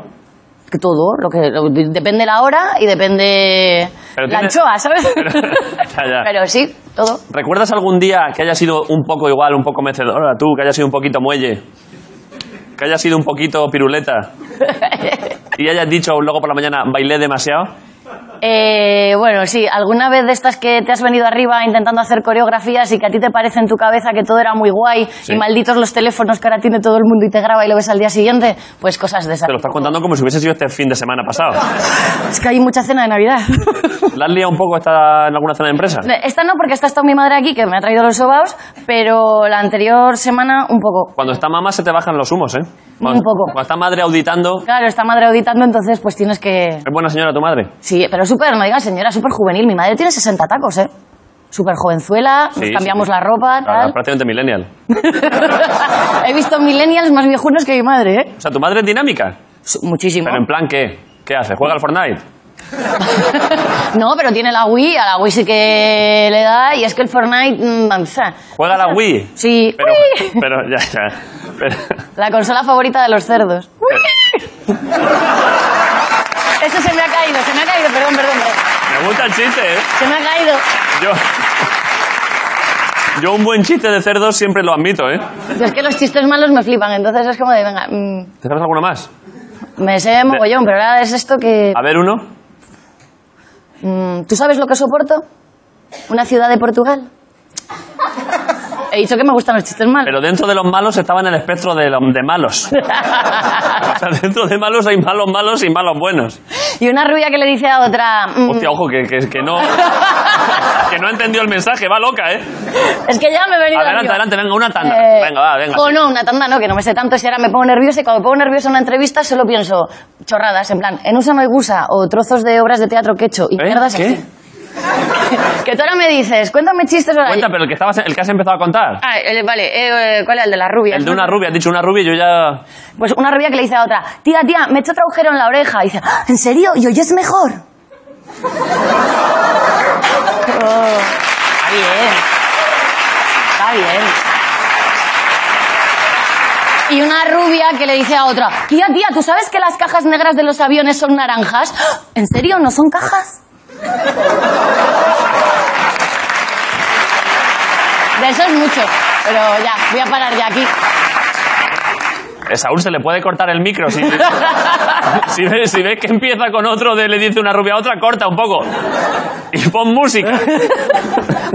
Que todo, lo que lo- de- depende la hora y depende Pero la tiene- anchoa, ¿sabes? Ya, ya. Pero sí, todo. ¿Recuerdas algún día que haya sido un poco igual, un poco mecedora tú, que haya sido un poquito muelle? Que haya sido un poquito piruleta. Y hayas dicho luego por la mañana, bailé demasiado. Eh, bueno, sí, alguna vez de estas que te has venido arriba intentando hacer coreografías y que a ti te parece en tu cabeza que todo era muy guay Sí. y malditos los teléfonos que ahora tiene todo el mundo y te graba y lo ves al día siguiente, pues cosas de esas. Te lo estás contando como si hubiese sido este fin de semana pasado. Es que hay mucha cena de Navidad. ¿La has liado un poco esta, en alguna cena de empresa? Esta no, porque esta está mi madre aquí que me ha traído los sobaos, pero la anterior semana un poco. Cuando está mamá se te bajan los humos, ¿eh? Cuando, Un poco. Cuando está madre auditando... Claro, está madre auditando, entonces pues tienes que... ¿Es buena señora tu madre? Sí, pero súper, no digas señora, súper juvenil. Mi madre tiene 60 tacos, ¿eh? Súper jovenzuela, nos Sí, cambiamos sí. la ropa, Claro, tal. prácticamente millennial. He visto millennials más viejunos que mi madre, ¿eh? O sea, ¿tu madre es dinámica? Muchísimo. ¿Pero en plan qué? ¿Qué hace? ¿Juega al Fortnite? No, pero tiene la Wii, a la Wii sí que le da, y es que el Fortnite... mm, o sea, ¿Juega a la Wii? Sí, Pero, Wii. pero ya, ya. Pero- la consola favorita de los cerdos. Wii. Eso se me ha caído, se me ha caído, perdón, perdón. perdón. me gusta el chiste, ¿eh? Se me ha caído. Yo... Yo un buen chiste de cerdos siempre lo admito, ¿eh? Yo es que los chistes malos me flipan, entonces es como de, venga, mm, ¿Te sabes alguno más? me sé mogollón, pero ahora es esto que... A ver uno. Mm, ¿Tú sabes lo que soporto? Una ciudad de Portugal. He dicho que me gustan los chistes malos. Pero dentro de los malos estaba en el espectro de, los- de malos. O sea, dentro de malos hay malos malos y malos buenos. Y una rubia que le dice a otra... mm, Hostia, ojo, que, que, que no... Que no entendió el mensaje, va loca, ¿eh? Es que ya me he venido Adelante, arriba. adelante, venga, una tanda. Eh, Venga, va, venga. O no, una tanda no, que no me sé tanto si ahora me pongo nerviosa y cuando me pongo nerviosa en una entrevista solo pienso chorradas, en plan, en usa no hay gusa o trozos de obras de teatro que he hecho y mierdas ¿Eh? ¿Qué? así. Que tú ahora me dices, cuéntame chistes ahora. Cuenta, pero el que, estabas, el que has empezado a contar. Ah, eh, vale, eh, eh, ¿cuál es el de la rubia? El de una rubia, has dicho una rubia y yo ya... Pues una rubia que le dice a otra, tía, tía, me he hecho otro agujero en la oreja. Y dice, "Ah, ¿en serio? ¿Y oyes mejor? Oh, está bien. Está bien. Y una rubia que le dice a otra, tía, tía, ¿tú sabes que las cajas negras de los aviones son naranjas? "Ah, ¿En serio? ¿No son cajas? De eso es mucho, pero ya, voy a parar ya aquí. Eh, Saúl, se le puede cortar el micro. Si, si, ves, si ves que empieza con otro, de, le dice una rubia a otra, corta un poco. Y pon música.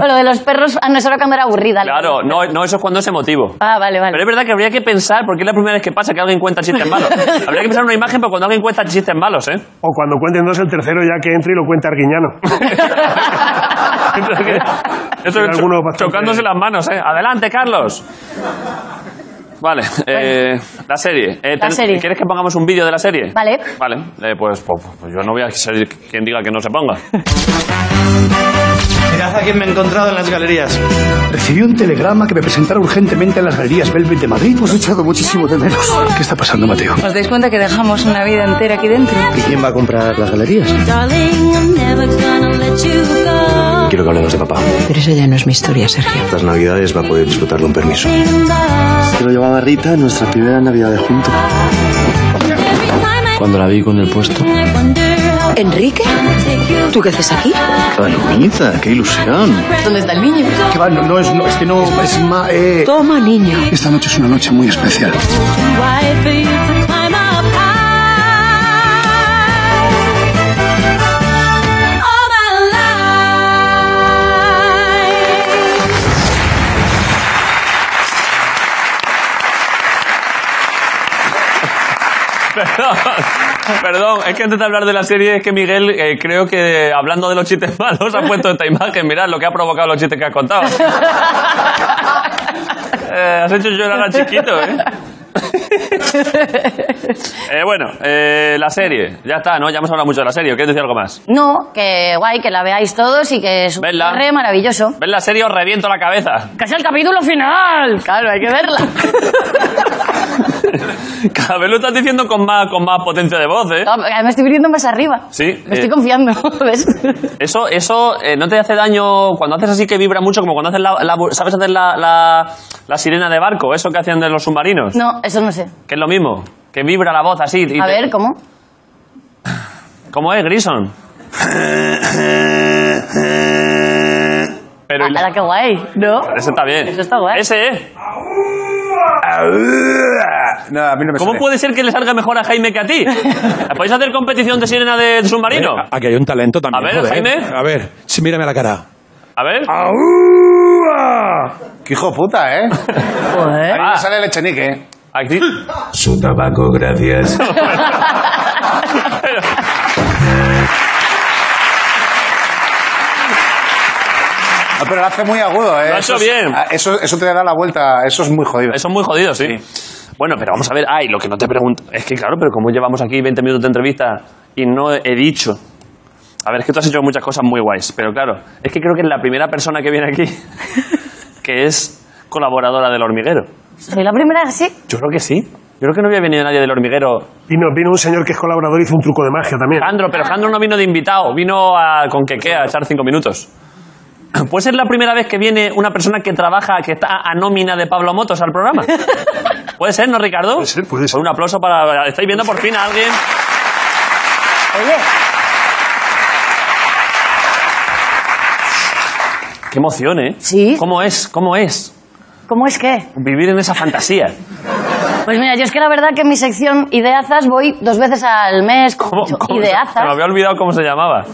O lo de los perros, ah, no, eso era cuando era aburrida. Claro, no, no, eso es cuando es emotivo. Ah, vale, vale. Pero es verdad que habría que pensar, porque es la primera vez que pasa que alguien cuenta chistes malos. Habría que pensar en una imagen para cuando alguien cuenta chistes malos, ¿eh? O cuando cuenten dos, el tercero ya que entre y lo cuenta Arguiñano. Eso es cho- chocándose las manos, ¿eh? Adelante, Carlos. Vale, eh, la serie. Eh, La ten- serie. ¿Quieres que pongamos un vídeo de la serie? Vale. Vale, eh, pues, pues- pues yo no voy a ser quien diga que no se ponga. Mirad a quién me he encontrado en las galerías. Recibí un telegrama que me presentara urgentemente en las galerías Velvet de Madrid. Os he echado muchísimo de menos. ¿Qué está pasando, Mateo? ¿Os dais cuenta que dejamos una vida entera aquí dentro? ¿Y quién va a comprar las galerías? Quiero que hablemos de papá. Pero esa ya no es mi historia, Sergio. Estas navidades va a poder disfrutar de un permiso. Se lo llevaba Rita en nuestra primera Navidad de juntos. Cuando la vi con el puesto. ¿Enrique? ¿Tú qué haces aquí? ¡Qué niñita! ¡Qué ilusión! ¿Dónde está el niño? Que va, no, no es, no, es que no, es ma, eh. Toma, niño. Esta noche es una noche muy especial. Perdón, perdón, es que antes de hablar de la serie es que Miguel eh, creo que hablando de los chistes malos ha puesto esta imagen. Mirad lo que ha provocado los chistes que has contado. Eh, has hecho llorar a chiquito, ¿eh? Eh, bueno, eh, la serie. Ya está, ¿no? Ya hemos hablado mucho de la serie. ¿O ¿Quieres decir algo más? No, que guay, que la veáis todos y que es un Vedla. re maravilloso. ¿Ves la serie os reviento la cabeza? ¡Que es el capítulo final! Claro, hay que verla. Cada vez lo estás diciendo con más, con más potencia de voz, ¿eh? No, me estoy viniendo más arriba. Sí. Me eh, estoy confiando, ¿ves? Eso, eso eh, no te hace daño cuando haces así que vibra mucho, como cuando haces la, la bu- ¿sabes hacer la, la- la sirena de barco? Eso que hacían de los submarinos. No, eso no sé. Que es lo mismo, que vibra la voz así. y A te- ver, ¿cómo? ¿Cómo es, Grison? Pero y la- Ah, qué guay, ¿no? Ese está bien. Eso está guay. Ese, ¿eh? No, a mí no me ¿Cómo puede ser que le salga mejor a Jaime que a ti? ¿Podéis hacer competición de sirena de submarino? Eh, Aquí hay un talento también. A ver, joder. Jaime. A ver, sí, mírame a la cara. A ver. ¡Qué hijo puta, eh! Joder. Ahí me sale el echenique. Aquí. Su tabaco, gracias. No, Ah, pero lo hace muy agudo, ¿eh? Lo ha Eso es- hecho bien. ah, Eso, eso te da la vuelta. Eso es muy jodido. Eso es muy jodido, sí. Bueno, pero vamos a ver. Ay, lo que no te pregunto. Es que claro, pero como llevamos aquí 20 minutos de entrevista y no he dicho. A ver, es que tú has hecho muchas cosas muy guays, pero claro, es que creo que es la primera persona que viene aquí que es colaboradora del hormiguero. ¿Soy la primera? Sí. Yo creo que sí. Yo creo que no había venido nadie del hormiguero. Vino, vino un señor que es colaborador y hizo un truco de magia también. Jandro, pero Jandro no vino de invitado, vino a, con Keke a echar cinco minutos. ¿Puede ser la primera vez que viene una persona que trabaja, que está a nómina de Pablo Motos al programa? ¿Puede ser, no, Ricardo? Puede ser, puede ser. Un aplauso para... Estáis viendo por fin a alguien... Oye. Qué emoción, ¿eh? Sí. ¿Cómo es? ¿Cómo es? ¿Cómo es que? Vivir en esa fantasía. Pues mira, yo es que la verdad que en mi sección Ideazas voy dos veces al mes. ¿Cómo? Se me Ideazas. había olvidado cómo se llamaba.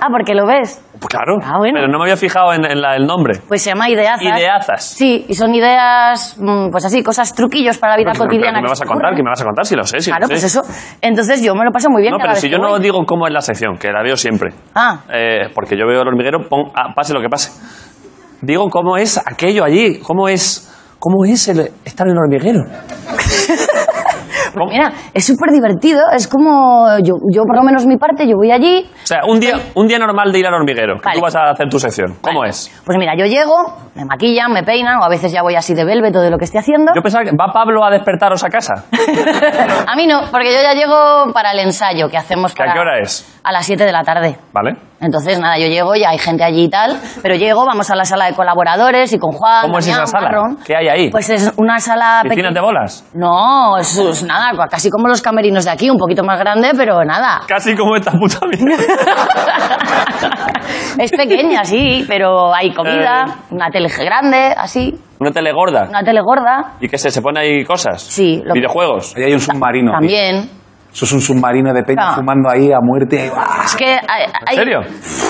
Ah, porque lo ves. Pues claro. Ah, Pero no me había fijado en, en la- el nombre. Pues se llama Ideazas. Ideazas. Sí, y son ideas, mm, pues así, cosas, truquillos para la vida Pero, pero, cotidiana. ¿Qué me que vas a se contar? ocurren. ¿Qué me vas a contar? Si lo sé, si Claro, lo sé. pues eso. Entonces yo me lo paso muy bien No, cada pero si vez yo que no voy. digo cómo es la sección, que la veo siempre. Ah, Eh, porque yo veo el hormiguero, pon- ah, pase lo que pase. Digo cómo es aquello allí, cómo es, cómo es el estar en el hormiguero. pues mira, es súper divertido. Es como, yo, yo por lo menos mi parte, yo voy allí, O sea, un día, un día normal de ir al hormiguero, que tú vas a hacer tu sección. ¿Cómo es? Pues mira, yo llego, me maquillan, me peinan, o a veces ya voy así de velvet o de lo que estoy haciendo. Yo pensaba que va Pablo a despertaros a casa. A mí no, porque yo ya llego para el ensayo que hacemos ¿Que para- ¿A qué hora es? A las 7 de la tarde. ¿Vale? Entonces, nada, yo llego, ya hay gente allí y tal, pero llego, vamos a la sala de colaboradores y con Juan. ¿Cómo es Damián, esa sala? Ah, Marrón. ¿Qué hay ahí? Pues es una sala ¿Piscinas peque- de bolas? No, es, es nada, casi como los camerinos de aquí, un poquito más grande, pero nada. Casi como esta puta mierda. Es pequeña, sí, pero hay Eh. comida, una tele grande, así, Una tele gorda. una tele gorda. ¿Y qué sé? ¿Se pone ahí cosas? Sí. lo- ¿Videojuegos? Ahí hay un submarino. También. Eso es un submarino de peña No. fumando ahí a muerte. ¡Ah! Es que hay, hay- ¿En serio?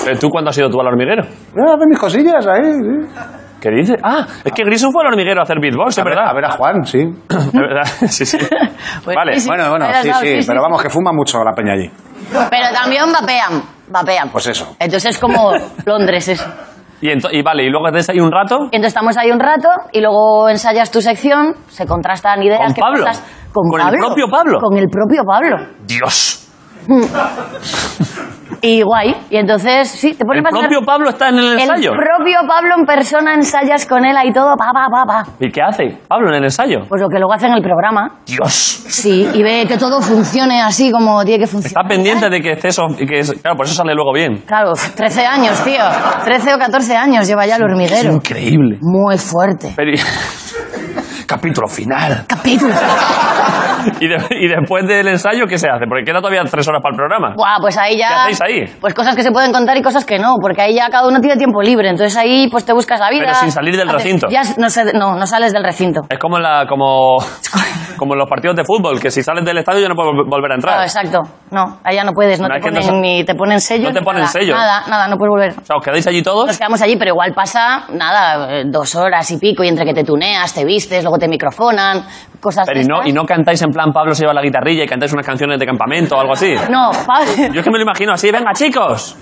¿Pero ¿Tú cuándo has ido tú al hormiguero? Ah, Mira, mis cosillas ahí. sí. ¿Qué dices? Ah, es que Grison fue al hormiguero a hacer beatbox, es verdad. A ver a Juan, sí. Es verdad, sí, sí. vale. sí, sí. Bueno, bueno, Ahí has sí, dado, sí, sí, sí, Pero sí. vamos, que fuma mucho la peña allí. Pero también vapean, vapean. Pues eso. Entonces es como Londres es. Y, ento- y vale, y luego estáis ahí un rato. Y entonces estamos ahí un rato y luego ensayas tu sección, se contrastan ideas. ¿Con que Pablo? pasas- Con, ¿Con el Pablo? propio Pablo? Con el propio Pablo. Dios. Y guay. Y entonces, sí, te pones El propio Pablo está en el ensayo. El propio Pablo en persona ensayas con él ahí todo, pa, pa, pa, pa. ¿Y qué hace Pablo en el ensayo? Pues lo que luego hacen en el programa. Dios. Sí, y ve que todo funcione así como tiene que funcionar. Está pendiente de que estés... of- y que es- Claro, por eso sale luego bien. Claro, 13 años, tío. 13 o 14 años lleva ya el hormiguero. increíble. Muy fuerte. Pero y- Capítulo final. Capítulo. ¿Y, de- y después del ensayo qué se hace? Porque queda todavía tres horas para el programa. Buah, pues ahí ya. ¿Qué hacéis ahí? Pues cosas que se pueden contar y cosas que no, porque ahí ya cada uno tiene tiempo libre. Entonces ahí pues te buscas la vida. Pero sin salir del Haces- recinto. Ya no, se- no, no sales del recinto. Es como la como como en los partidos de fútbol, que si sales del estadio ya no puedes vol- volver a entrar. Ah, exacto. No, allá no puedes, no, No, te es que ponen, no sa- ni te ponen sello. No te ni ponen nada, sello. Nada, nada, no puedes volver. O sea, os quedáis allí todos. Nos quedamos allí, pero igual pasa, nada, eh, dos horas y pico, y entre que te tuneas, te vistes, luego te microfonan, cosas Pero de y no, estas. y no cantáis en plan Pablo se lleva la guitarrilla y cantáis unas canciones de campamento o algo así. No, Pablo, Yo es que me lo imagino así, venga chicos.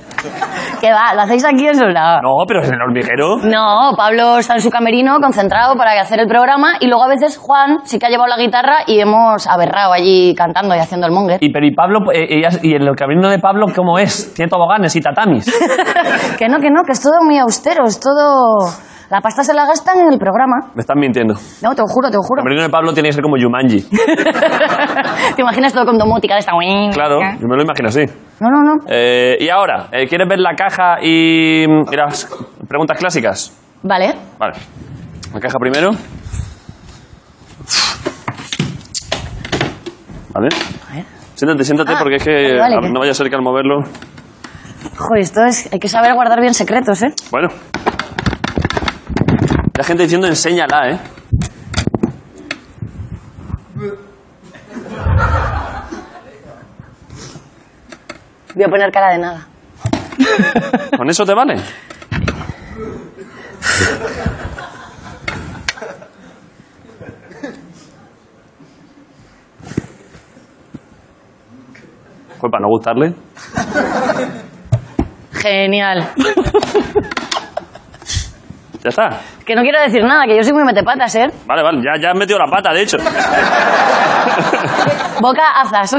que va, lo hacéis aquí en su lado. No, pero en el hormiguero. No, Pablo está en su camerino concentrado para hacer el programa y luego a veces Juan sí que ha llevado la guitarra y hemos aberrado allí cantando y haciendo el monger. Y pero y Pablo eh, y, as- y el camerino de Pablo cómo es? Tiene toboganes y tatamis. Que no, que no, que es todo muy austero, es todo... La pasta se la gastan en el programa. Me están mintiendo. El No, te lo juro, te lo juro. camerino de Pablo tiene que ser como Jumanji. Te imaginas todo con domótica de esta... ¿Eh? Claro, yo me lo imagino así. No, no, no. Eh, y ahora, eh, ¿quieres ver la caja y, mm, y las preguntas clásicas? Vale. Vale. La caja primero. Vale. Siéntate, siéntate, Ah, porque es que vale, a- vale. no vaya a ser que al moverlo. Joder, esto es... Hay que saber guardar bien secretos, ¿eh? Bueno. La gente diciendo enséñala, ¿eh? Voy a poner cara de nada. ¿Con eso te vale? Pues para no gustarle. Genial. Ya está. Que no quiero decir nada, que yo soy muy metepatas, ¿eh? Vale, vale, ya, ya has metido la pata, de hecho. Boca azas.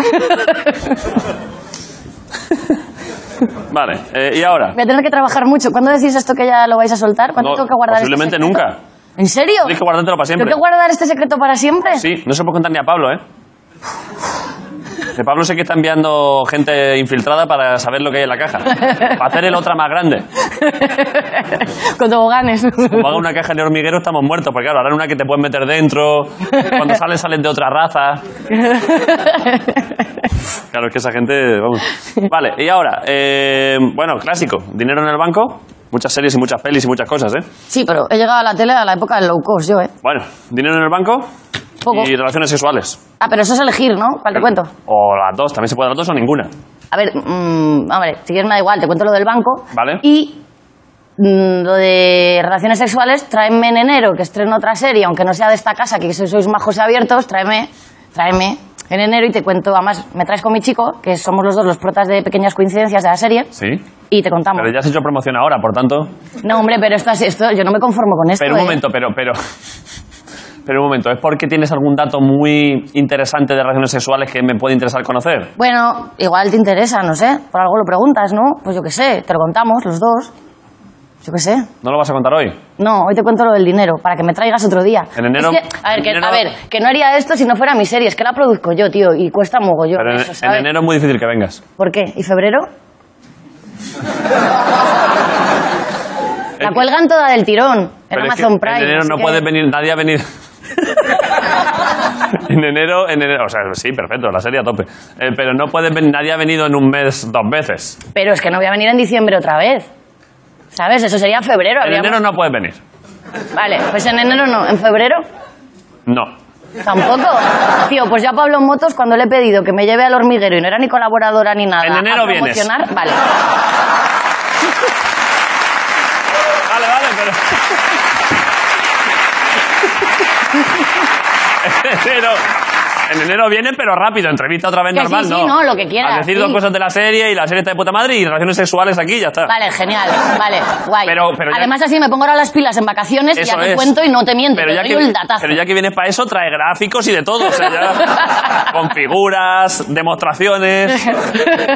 Vale, eh, ¿y ahora? Voy a tener que trabajar mucho. ¿Cuándo decís esto que ya lo vais a soltar? ¿Cuándo No, tengo que guardar este posiblemente secreto? nunca. ¿En serio? Tienes que guardártelo para siempre. ¿Tengo que guardar este secreto para siempre? Sí, no se puede contar ni a Pablo, ¿eh? Que Pablo sé que está enviando gente infiltrada para saber lo que hay en la caja. Para hacer el otra más grande. Con toboganes. Como haga una caja de hormiguero estamos muertos, porque claro, harán una que te pueden meter dentro. Cuando salen, salen de otra raza. Claro, es que esa gente. Vamos. Vale, y ahora, eh, bueno, clásico: dinero en el banco, muchas series y muchas pelis y muchas cosas, ¿eh? Sí, pero he llegado a la tele a la época del low cost yo, ¿eh? Bueno, dinero en el banco Poco. y relaciones sexuales. Ah, pero eso es elegir, ¿no? ¿Cuál te cuento? O las dos, también se puede las dos o ninguna. A ver, mm, hombre, si quieres me da igual, te cuento lo del banco. Vale. Y mm, lo de relaciones sexuales, tráeme en enero, que estreno otra serie, aunque no sea de esta casa, que sois, sois majos y abiertos, tráeme, tráeme en enero y te cuento, además me traes con mi chico, que somos los dos los protas de pequeñas coincidencias de la serie, Sí. y te contamos. Pero ya has hecho promoción ahora, por tanto. No, hombre, pero esto, es- esto yo no me conformo con esto. Pero un ¿eh? momento, pero, pero. Pero un momento, ¿es porque tienes algún dato muy interesante de relaciones sexuales que me puede interesar conocer? Bueno, igual te interesa, no sé, por algo lo preguntas, ¿no? Pues yo qué sé, te lo contamos los dos. Yo qué sé. ¿No lo vas a contar hoy? No, hoy te cuento lo del dinero, para que me traigas otro día. En enero- Es que, a, ver, que, en enero- a ver, que no haría esto si no fuera mi serie, es que la produzco yo, tío, y cuesta mogollón Pero en, eso, en ¿sabes? enero es muy difícil que vengas. ¿Por qué? ¿Y febrero? la cuelgan toda del tirón en Pero es que Amazon Prime. En enero así no que- puede venir, nadie a venir. en enero, en enero, o sea, sí, perfecto, la serie a tope. Eh, pero no puede venir, nadie ha venido en un mes dos veces. Pero es que no voy a venir en diciembre otra vez. ¿Sabes? Eso sería febrero. En habríamos- enero no puedes venir. Vale, pues en enero no, en febrero No. tampoco. Tío, pues ya Pablo Motos cuando le he pedido que me lleve al hormiguero y no era ni colaboradora ni nada. En enero a vienes. promocionar, vale. Vale, vale, pero. en enero. En enero viene, pero rápido, entrevista otra vez Que sí, normal, sí, no, ¿no? lo que quieras, Al decir sí. dos cosas de la serie y la serie está de puta madre y relaciones sexuales aquí, ya está. Vale, genial. Vale, guay. Pero- pero ya- Además, así me pongo ahora las pilas en vacaciones y Eso ya te es. cuento y no te miento. Pero te ya, doy que, el datazo. pero ya que vienes para eso, trae gráficos y de todo. O sea, ya, con figuras, demostraciones,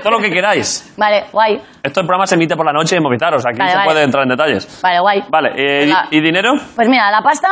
todo lo que queráis. Vale, guay. Este programa se emite por la noche en Movistar, o sea, aquí Vale, se vale. puede entrar en detalles. Vale, guay. Vale, eh, Venga. ¿y, y dinero? Pues mira, la pasta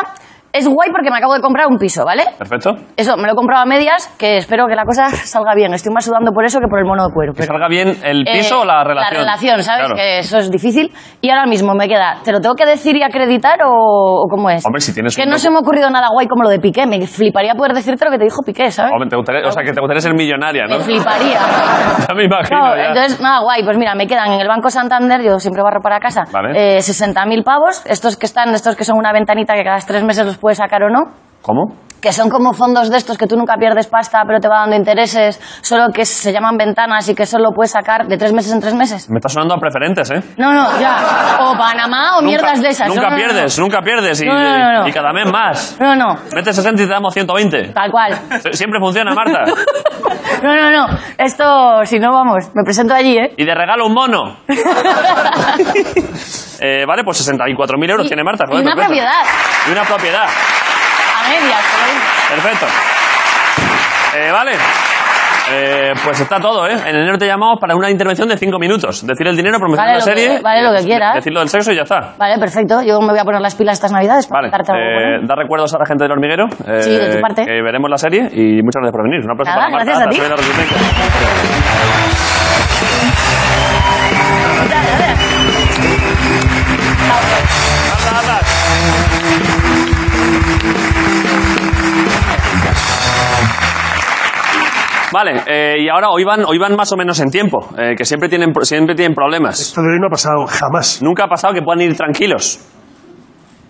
es guay porque me acabo de comprar un piso, ¿vale? Perfecto. Eso, me lo he comprado a medias, que espero que la cosa salga bien. Estoy más sudando por eso que por el mono de cuero. Que salga bien el Eh, piso o la relación. La relación, ¿sabes? Claro. Que eso es difícil. Y ahora mismo me queda, ¿te lo tengo que decir y acreditar o, o cómo es? Hombre, si tienes que un no docu- se me ha ocurrido nada guay como lo de Piqué. Me fliparía poder decirte lo que te dijo Piqué, ¿sabes? Hombre, te gustaría, o sea, que te gustaría ser millonaria, ¿no? Me fliparía. Ya me imagino, Claro, ya. entonces, nada, guay. Pues mira, me quedan en el Banco Santander, yo siempre barro para casa, Vale. eh, 60.000 pavos. Estos que están, estos que son una ventanita que cada tres meses los puedes sacar o no. ¿Cómo? Que son como fondos de estos que tú nunca pierdes pasta, pero te va dando intereses, solo que se llaman ventanas y que solo puedes sacar de tres meses en tres meses. Me está sonando a preferentes, ¿eh? No, no, ya. O Panamá o Nunca- mierdas de esas. Nunca No, no, no, no. pierdes, nunca pierdes. Y, No, no, no, no. y cada mes más. No, no, Mete 60 y te damos 120. tal cual. Sie- Siempre funciona, Marta. No, no, no. Esto, si no, vamos, me presento allí, ¿eh? Y de regalo un mono. Eh, vale, pues 64.000 euros tiene Marta. Y joder, una perfecto. propiedad, Y una propiedad. a medias. pero bueno. Perfecto. Eh, vale. Eh, pues está todo, ¿eh? En enero te llamamos para una intervención de 5 minutos. Decir el dinero, Vale promocionar la lo que- serie. vale lo que quieras. Decir lo del sexo y ya está. Vale, perfecto. Yo me voy a poner las pilas estas navidades para Vale. contarte algo. eh, bueno. da recuerdos a la gente del hormiguero. Sí, de tu parte. que veremos la serie y muchas gracias por venir. Un aplauso Nada, para Marta. gracias a ti. soy la Resistencia. Vale, eh, y ahora hoy van, hoy van más o menos en tiempo, eh, que siempre tienen, pro- siempre tienen problemas. Esto de hoy no ha pasado jamás. Nunca ha pasado que puedan ir tranquilos.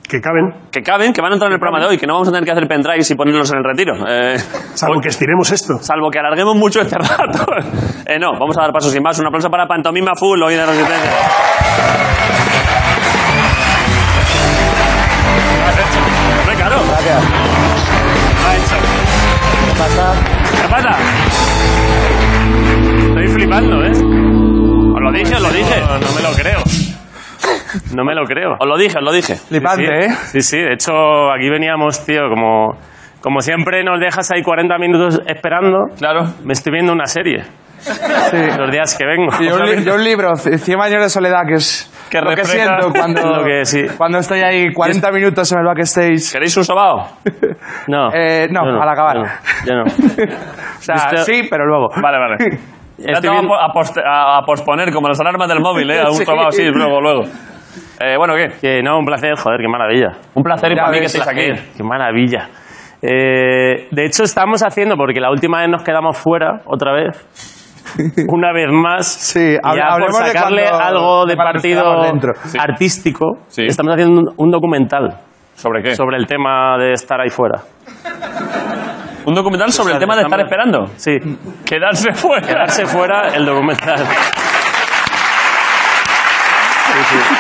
que caben. Que caben, que van a entrar en el programa de hoy, que no vamos a tener que hacer pendrives y ponerlos en el retiro. Eh, salvo que estiremos esto. Salvo que alarguemos mucho este rato. Eh, no, vamos a dar pasos sin más. Un aplauso para Pantomima Full hoy de la Resistencia. Hombre, claro. ¿Qué pasa? ¿Qué pasa? Estoy flipando, ¿eh? Os lo dije, os lo dije. No, no me lo creo. No me lo creo. Os lo dije, os lo dije. Flipante, Sí, ¿eh? sí. Sí, sí, de hecho, aquí veníamos, tío, como, como siempre nos dejas ahí 40 minutos esperando. Claro. Me estoy viendo una serie. Los días que vengo. Y yo, un li- yo un libro, C- 100 años de soledad, que es Que lo que refleja siento cuando, lo que- sí. cuando estoy ahí 40 minutos en el backstage. ¿Queréis un sobao? No. Eh, no, Yo al acabar. yo Yo no. O sea, Este- sí, pero luego. Vale, vale. Ya te va a po- a, poste- a- a posponer como las alarmas del móvil, ¿eh? A un Sí. sobao así, luego, luego. Eh, bueno, ¿qué? Que no, un placer, joder, qué maravilla. Un placer y Ya para mí que ves, estés aquí. placer, Qué maravilla. Eh, de hecho, estamos haciendo, porque la última vez nos quedamos fuera, otra vez. Una vez más, sí, hable- por hablemos de sacarle cuando- algo de de cuando partido nos quedamos dentro. Sí. artístico, estamos haciendo un, un documental. ¿Sobre qué? Sobre el tema de estar ahí fuera. Un documental sobre el tema de estar esperando. Sí. Quedarse fuera. Quedarse fuera el documental. Sí, sí.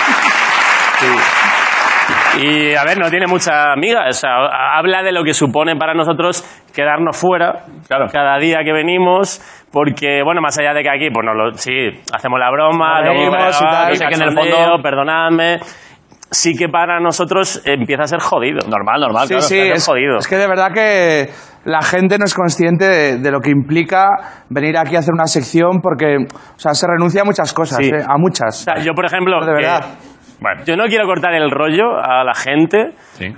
Sí. Y a ver, no tiene mucha amiga. O sea, ha- habla de lo que supone para nosotros quedarnos fuera cada día que venimos. Porque, bueno, más allá de que aquí, pues no lo, sí, hacemos la broma, Nos luego, reímos y ah, tal, qué no sé qué, en el cachondeo, fondo. perdonadme. Sí que para nosotros empieza a ser jodido. Normal, normal, Sí, sí, es, es que de verdad que la gente no es consciente de, de lo que implica venir aquí a hacer una sección porque, o sea, se renuncia a muchas cosas, Sí. ¿eh? a muchas. sea, yo, por ejemplo, De verdad. yo no quiero cortar el rollo a la gente,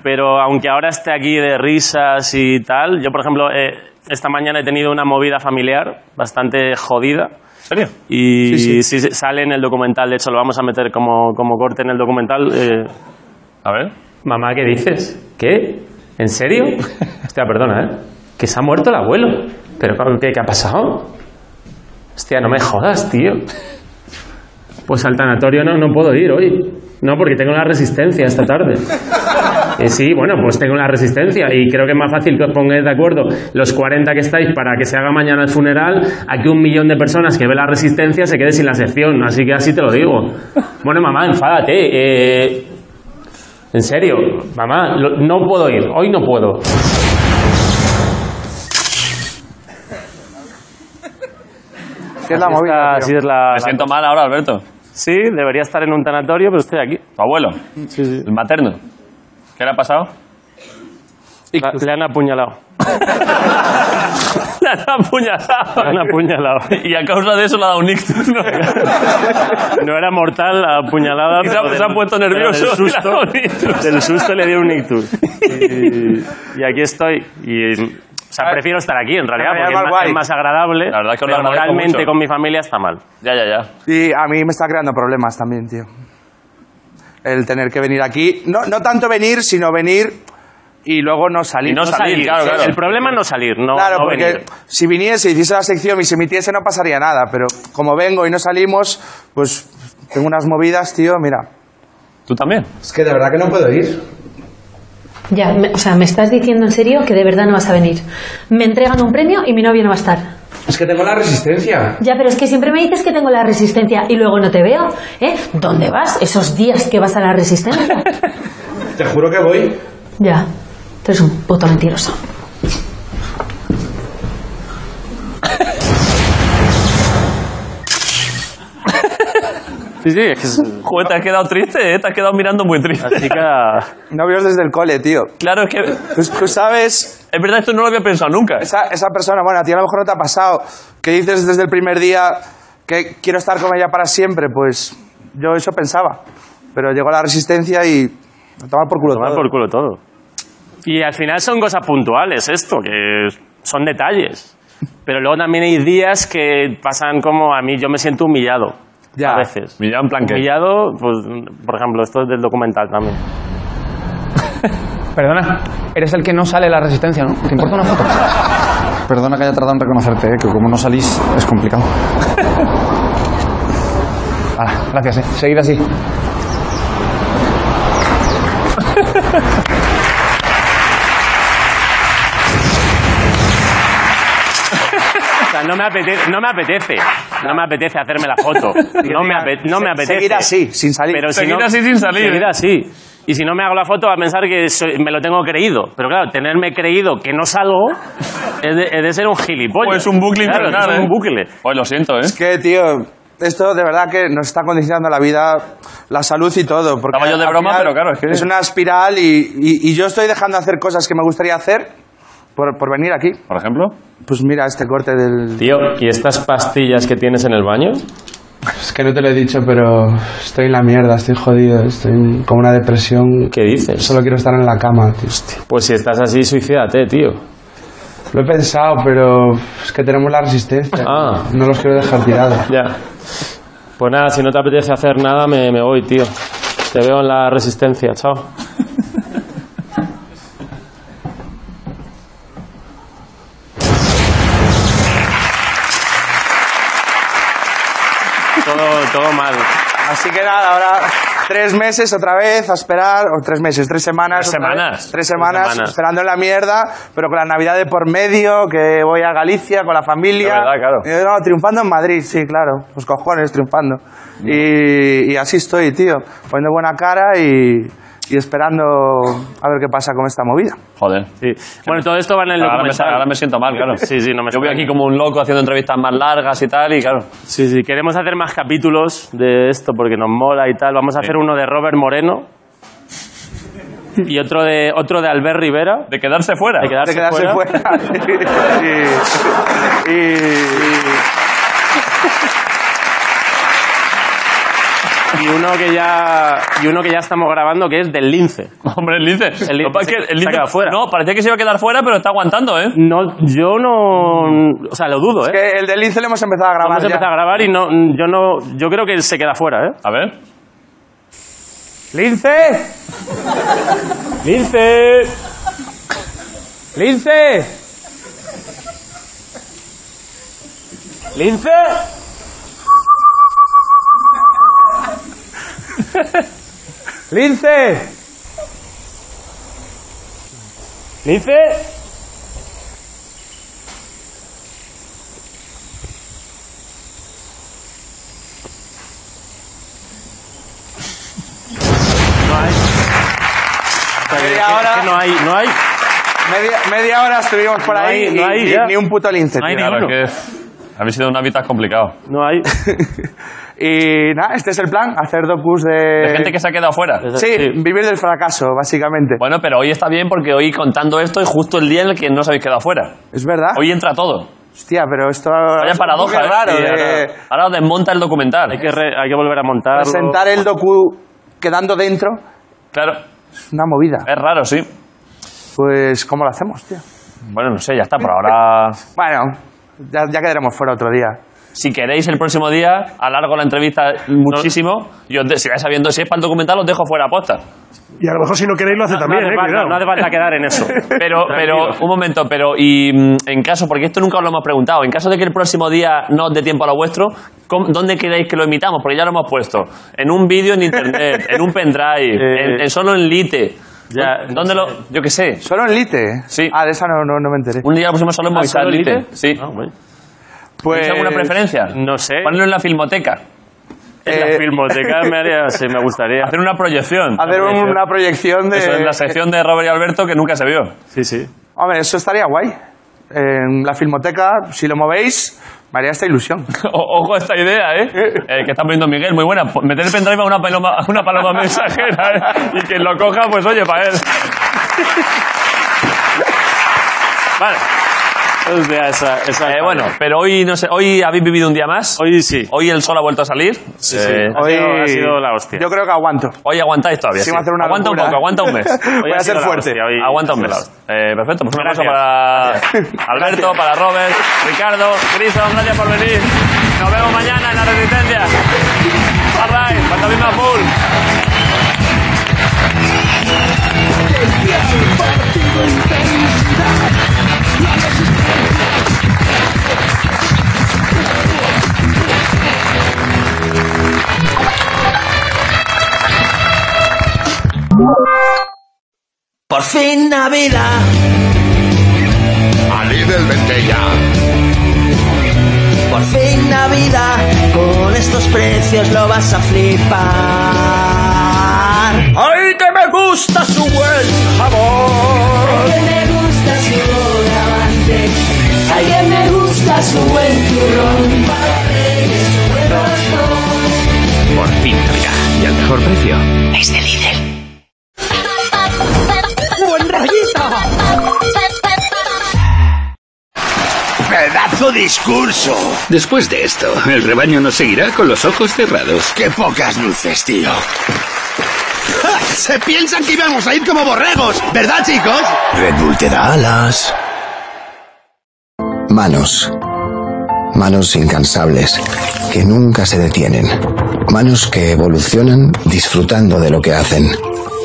pero aunque ahora esté aquí de risas y tal, yo, por ejemplo, eh, esta mañana he tenido una movida familiar bastante jodida. ¿En serio? Y Sí, sí, sale en el documental, de hecho lo vamos a meter como, como corte en el documental. eh. A ver. Mamá, ¿qué dices? ¿Qué? ¿En serio? Hostia, perdona, ¿eh? Que se ha muerto el abuelo. ¿Pero qué, qué ha pasado? Hostia, no me jodas, tío. Pues al tanatorio no, no puedo ir hoy. No, porque tengo la resistencia esta tarde. Eh, sí, bueno, pues tengo la resistencia y creo que es más fácil que os pongáis de acuerdo los 40 que estáis para que se haga mañana el funeral a que un millón de personas que ve la resistencia se quede sin la sección. Así que así te lo digo. Bueno, mamá, enfádate. Eh, en serio, mamá, lo- no puedo ir. Hoy no puedo. ¿Qué es la movida? tío? Me siento mal ahora, Alberto. Sí, debería estar en un tanatorio, pero estoy aquí. Tu abuelo. El materno. ¿Qué le ha pasado? La- le han apuñalado. Le han apuñalado. Le han apuñalado. Y a causa de eso le ha dado un ictus. ¿no? No era mortal la apuñalada. Y se ha- pero se ha puesto nervioso, pero Del le ha dado un susto, ictus. del susto le dio un ictus. Y, y aquí estoy. Y, o sea, prefiero estar aquí en realidad, Ah, porque es ya, va, más, guay. es más agradable. La verdad es que os lo pero agradezco moralmente mucho. con mi familia está mal. Ya, ya, ya. Y a mí me está creando problemas también, tío. El tener que venir aquí. No, no tanto venir, sino venir y luego no salir. Y no salir, claro, claro. El problema es no salir, no, Claro, no porque venir. si viniese, hiciese la sección y se emitiese no pasaría nada, pero como vengo y no salimos, pues tengo unas movidas, tío, mira. ¿Tú también? Es que de verdad que no puedo ir. Ya, me- o sea, me estás diciendo en serio que de verdad no vas a venir. Me entregan un premio y mi novio no va a estar. Es que tengo la resistencia. Ya, pero es que siempre me dices que tengo la resistencia y luego no te veo. ¿Eh? ¿Dónde vas? Esos días que vas a la resistencia. Te juro que voy. ya, tú eres un puto mentiroso. Sí, sí. Es que... Joder, te has quedado triste, ¿eh? Te has quedado mirando muy triste. Así que... Novios desde el cole, tío. Claro, es que... Tú, tú sabes... Es verdad, esto no lo había pensado nunca. Esa, esa persona, bueno, a ti a lo mejor no te ha pasado, que dices desde el primer día que quiero estar con ella para siempre, pues yo eso pensaba. Pero llegó la resistencia y... A tomar por culo todo. por culo todo. Y al final son cosas puntuales esto, que son detalles. Pero luego también hay días que pasan como a mí, yo me siento humillado. A veces. Humillado en plan que- Humillado, pues, por ejemplo, esto es del documental también. Perdona, eres el que no sale la resistencia, ¿no? ¿Te importa una foto? Perdona que haya tardado en reconocerte, ¿eh? que como no salís es complicado. Hala, gracias, ¿eh? seguid así. sea, no me apetece, no me apetece, no me apetece hacerme la foto. No me, ape- no me Se- apetece. seguir así, sin salir. Pero si Seguir no- así, sin salir. Seguir así. Y si no me hago la foto, va a pensar que soy- me lo tengo creído. Pero claro, tenerme creído que no salgo es de, es de ser un gilipollas. Pues un bucle Claro, infernal, es un ¿eh? bucle. Pues lo siento, ¿eh? Es que, tío, esto de verdad que nos está condicionando la vida, la salud y todo. Porque Estaba yo de al broma, final pero claro, es que- una espiral y, y- y yo estoy dejando de hacer cosas que me gustaría hacer por, por venir aquí. ¿Por ejemplo? Pues mira este corte del... Tío, ¿y estas pastillas que tienes en el baño? Es que no te lo he dicho, pero estoy en la mierda, estoy jodido, estoy en- con una depresión. ¿Qué dices? Solo quiero estar en la cama, tío. Pues si estás así, suicídate, tío. Lo he pensado, pero es que tenemos la resistencia. Ah. No los quiero dejar tirados. Ya. Pues nada, si no te apetece hacer nada, me, me voy, tío. Te veo en la resistencia, chao. todo, todo mal. Así que nada, ahora tres meses otra vez a esperar, o tres meses, tres semanas. Tres otra vez, semanas. tres semanas, Tres semanas. esperando en la mierda, pero con la Navidad de por medio, que voy a Galicia con la La familia. verdad, claro. Y yo, no, triunfando en Madrid, sí, claro, los cojones, triunfando. Y, y así estoy, tío, poniendo buena cara y, y esperando a ver qué pasa con esta movida. Joder. Bueno, todo esto va en el Ahora me, documental. ahora me siento mal, claro. Sí, sí, no me Yo voy extraña. aquí como un loco haciendo entrevistas más largas y tal, y claro. Sí, sí, queremos hacer más capítulos de esto porque nos mola y tal. Vamos a hacer uno de Robert Moreno y otro de otro de Albert Rivera. De quedarse fuera. De quedarse, De quedarse fuera. fuera. Y- Y uno que ya y uno que ya estamos grabando que es del lince. Hombre, el Lince. El Lince Lo que pasa es se- que el se ha Lince quedado fuera. No, parecía que se iba a quedar fuera, pero está aguantando, ¿eh? No, yo no, o sea, lo dudo, y- ¿eh? que el del Lince lo hemos empezado a grabar. Vamos a ya. empezar a grabar y no, yo no, yo creo que se queda fuera, ¿eh? A ver. ¡Lince! ¡Lince! ¡Lince! ¡Lince! ¡Lince! ¡Lince! Que- ahora- que no hay, no hay. Media, media hora estuvimos por No ahí hay- no y- hay y ya. ni un puto lince. No hay tío. ni Claro, uno. es que habéis sido un hábitat complicado. No hay. Y nada, este es el plan, hacer docus de... De gente que se ha quedado fuera. Sí, vivir del fracaso, básicamente. Bueno, pero hoy está bien porque hoy contando esto es justo el día en el que no os habéis quedado fuera. Es verdad. Hoy entra todo. Hostia, pero esto... Vaya es un poco paradoja, ¿eh? raro Sí, de ahora, ahora desmonta el documental. Hay que re- hay que volver a montar. presentar el docu quedando dentro. Claro, Es una movida. es raro, sí. Pues, ¿cómo lo hacemos, tío? Bueno, no sé, ya está. Por ahora, Bueno, ya, ya quedaremos fuera otro día. si queréis el próximo día, alargo la entrevista muchísimo. Y os de- si vais sabiendo si es para el documental, os dejo fuera aposta. Y a lo mejor si no queréis lo hace también, no ¿eh? hace falta, Cuidado. no hace falta quedar en eso. Pero, pero, un momento, pero, y mm, en caso, porque esto nunca os lo hemos preguntado, en caso de que el próximo día no os dé tiempo a lo vuestro, ¿cómo- ¿dónde queréis que lo imitamos? Porque ya lo hemos puesto. En un vídeo en internet, en un pendrive, Eh, en, en solo en Lite. ya, ¿Dónde lo.? Yo qué sé. Solo en Lite. Sí. Ah, de esa no, no, no me enteré. Un día lo pusimos solo en ¿Ah, Movistar solo Lite. Lite? Sí. Ah, bueno. ¿Tenéis Pues, alguna preferencia? No sé. Ponerlo en la filmoteca. En Eh, la filmoteca me haría, sí, me gustaría. Hacer una proyección. Hacer un- una proyección de... Eso es la sección de Robert y Alberto que nunca se vio. Sí, sí. Hombre, eso estaría guay. En la filmoteca, si lo movéis, me haría esta ilusión. O- ojo a esta idea, ¿eh? Eh, que está poniendo Miguel, muy buena. Po- Meter el pendrive a una paloma, a una paloma mensajera, ¿eh? Y quien lo coja, pues oye, para él. Vale. O sea, esa, esa Eh, bueno, pero hoy no sé, hoy habéis vivido un día más. hoy sí. Hoy el sol ha vuelto a salir. Sí, sí. Eh, Ha sido- ha sido la hostia. Yo creo que aguanto. Hoy aguantáis todavía. sí. Sí, va a hacer una aguanta locura. un poco, aguanta un mes. Voy ha a sido ser la fuerte. hostia, hoy- Aguanta ha un sido la mes. hostia. Eh, perfecto, pues un aplauso Gracias. para Alberto, para Robert, Ricardo, Cristian, gracias por venir. Nos vemos mañana en la Resistencia. Bye bye, pantomima full. Por fin Navidad. Ali del Ventella. fin Navidad. Con estos precios lo vas a flipar. ¡Ay, que me gusta su buen jabón! Alguien me gusta su bogavante. Alguien me gusta su buen turrón. Para Reyes, su buen roscón. Por fin Navidad y al mejor precio. Es de Lidl. ¡Buen rollito! ¡Pedazo discurso! Después de esto, el rebaño nos seguirá con los ojos cerrados. ¡Qué pocas luces, tío! ¡Ja! Se piensan que íbamos a ir como borregos, ¿verdad, chicos? Red Bull te da alas. Manos. Manos incansables, que nunca se detienen. Manos que evolucionan disfrutando de lo que hacen.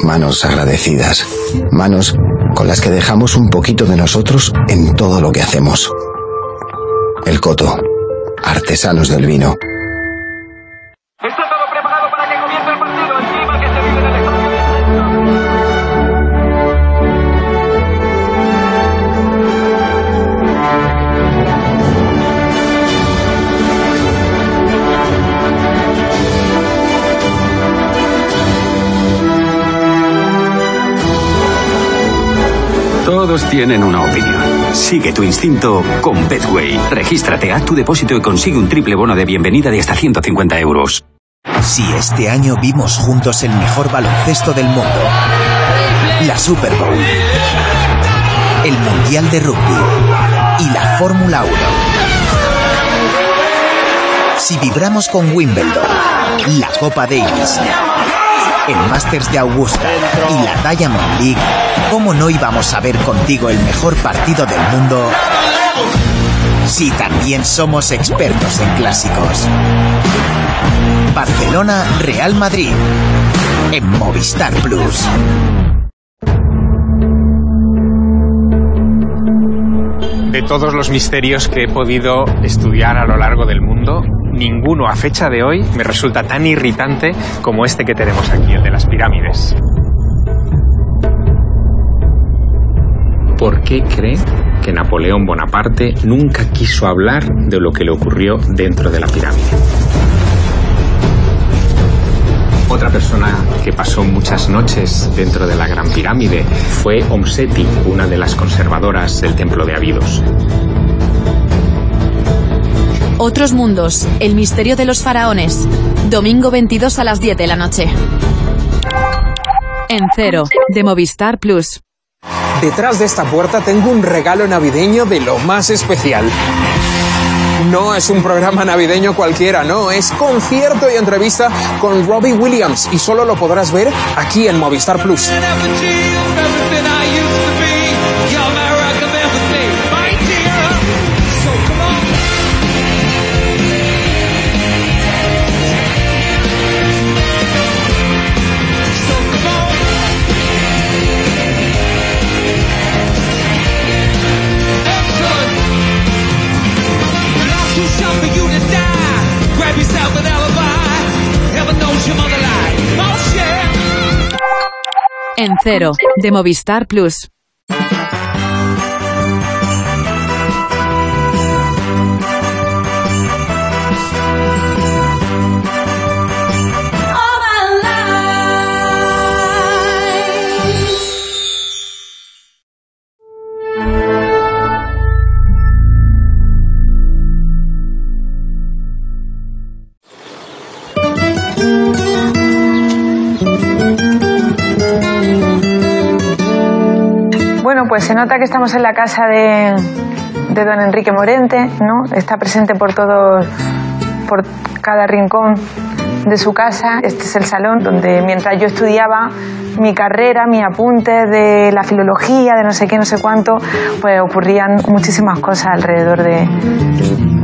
Manos agradecidas. Manos con las que dejamos un poquito de nosotros en todo lo que hacemos. El Coto. Artesanos del vino. Todos tienen una opinión. Sigue tu instinto con Betway. Regístrate, haz tu depósito y consigue un triple bono de bienvenida de hasta 150 euros. Si este año vimos juntos el mejor baloncesto del mundo, la Super Bowl, el Mundial de Rugby y la Fórmula 1. Si vibramos con Wimbledon, la Copa Davis, el Masters de Augusta y la Diamond League, ¿cómo no íbamos a ver contigo el mejor partido del mundo? Si también somos expertos en clásicos. Barcelona, Real Madrid. En Movistar Plus. De todos los misterios que he podido estudiar a lo largo del mundo, ninguno a fecha de hoy me resulta tan irritante como este que tenemos aquí, el de las pirámides. ¿Por qué cree que Napoleón Bonaparte nunca quiso hablar de lo que le ocurrió dentro de la pirámide? Otra persona que pasó muchas noches dentro de la Gran Pirámide fue Omseti, una de las conservadoras del Templo de Abidos. Otros mundos. El misterio de los faraones. Domingo 22 a las 10 de la noche. En cero, de Movistar Plus. Detrás de esta puerta tengo un regalo navideño de lo más especial. No es un programa navideño cualquiera, no, es concierto y entrevista con Robbie Williams y solo lo podrás ver aquí en Movistar Plus. Oh, En cero, de Movistar Plus. All my life. Bueno, pues se nota que estamos en la casa de, de don Enrique Morente, ¿no? Está presente por todos, por cada rincón de su casa. Este es el salón donde mientras yo estudiaba mi carrera, mis apuntes de la filología, de no sé qué, no sé cuánto, pues ocurrían muchísimas cosas alrededor de,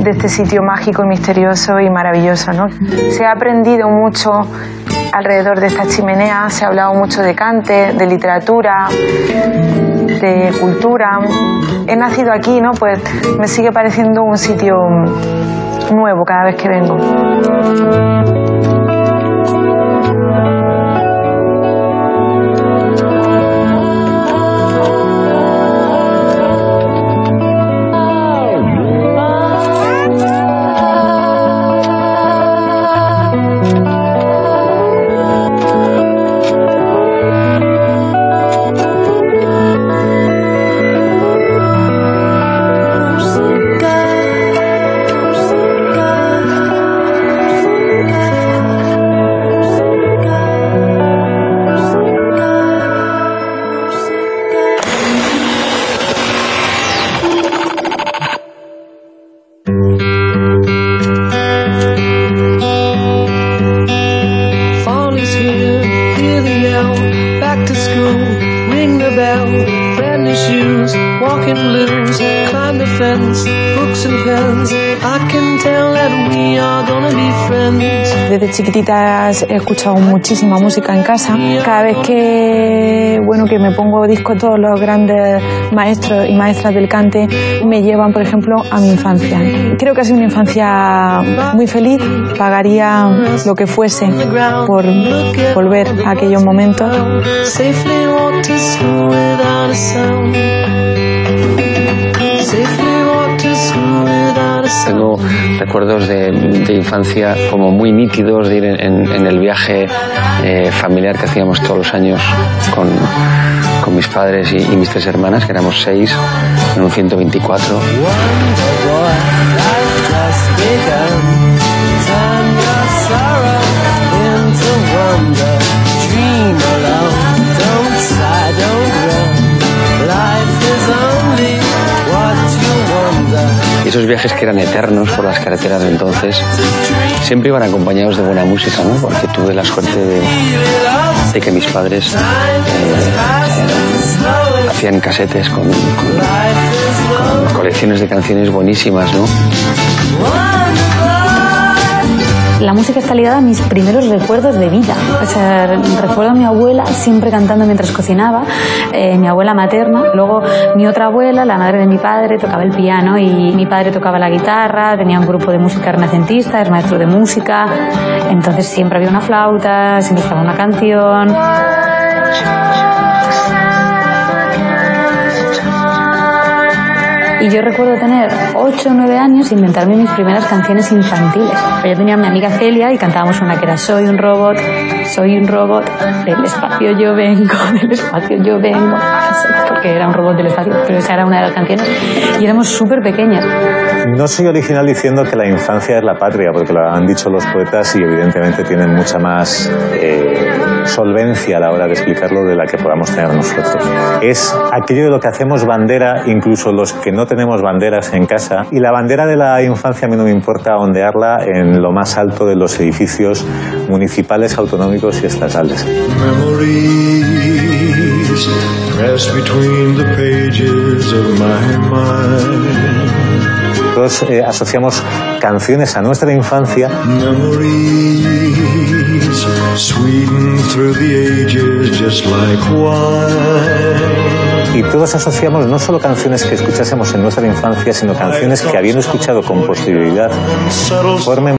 de este sitio mágico y misterioso y maravilloso, ¿no? Se ha aprendido mucho alrededor de esta chimenea, se ha hablado mucho de Cante, de literatura, de cultura. He nacido aquí, ¿no? Pues me sigue pareciendo un sitio nuevo cada vez que vengo. in your shoes, walking blues, climb the fence, books and pens. I can tell that we are gonna be friends. Desde chiquititas he escuchado muchísima música en casa. Cada vez que, bueno, que me pongo disco, todos los grandes maestros y maestras del cante me llevan, por ejemplo, a mi infancia. Creo que ha sido una infancia muy feliz. Pagaría lo que fuese por volver a aquellos momentos. Safely walk to school without a sound. Safely walk to school without a sound. Tengo recuerdos de, de infancia como muy nítidos de ir en, en- en el viaje eh, familiar que hacíamos todos los años con, con mis padres y, y mis tres hermanas, que éramos seis, en un 124. Just begun. Turn your sorrow into wonder. Dream alone. Don't sigh, don't run. Life is only what you wonder. Y esos viajes que eran eternos por las carreteras de entonces, siempre iban acompañados de buena música, ¿no? Porque tuve la suerte de, de que mis padres eh, eh, hacían casetes con, con- con colecciones de canciones buenísimas, ¿no? La música está ligada a mis primeros recuerdos de vida. O sea, re- recuerdo a mi abuela siempre cantando mientras cocinaba, eh, mi abuela materna. Luego mi otra abuela, la madre de mi padre, tocaba el piano y mi padre tocaba la guitarra, tenía un grupo de música renacentista, es maestro de música. Entonces siempre había una flauta, siempre estaba una canción. Y yo recuerdo tener 8 o 9 años e inventarme mis primeras canciones infantiles. Yo tenía a mi amiga Celia y cantábamos una que era Soy un robot, soy un robot, del espacio yo vengo, del espacio yo vengo. Ah, Porque era un robot del espacio, pero esa era una de las canciones. Y éramos súper pequeñas. No soy original diciendo que la infancia es la patria, porque lo han dicho los poetas y evidentemente tienen mucha más eh, solvencia a la hora de explicarlo de la que podamos tener nosotros. Es aquello de lo que hacemos bandera, incluso los que no tenemos banderas en casa. Y la bandera de la infancia a mí no me importa ondearla en lo más alto de los edificios municipales, autonómicos y estatales. Memories press between the pages of my mind. Nosotros eh, asociamos canciones a nuestra infancia Memories sweeten through the ages just like wine. Y todos asociamos no solo canciones que escuchásemos en nuestra infancia, sino canciones que habiendo escuchado con posterioridad formen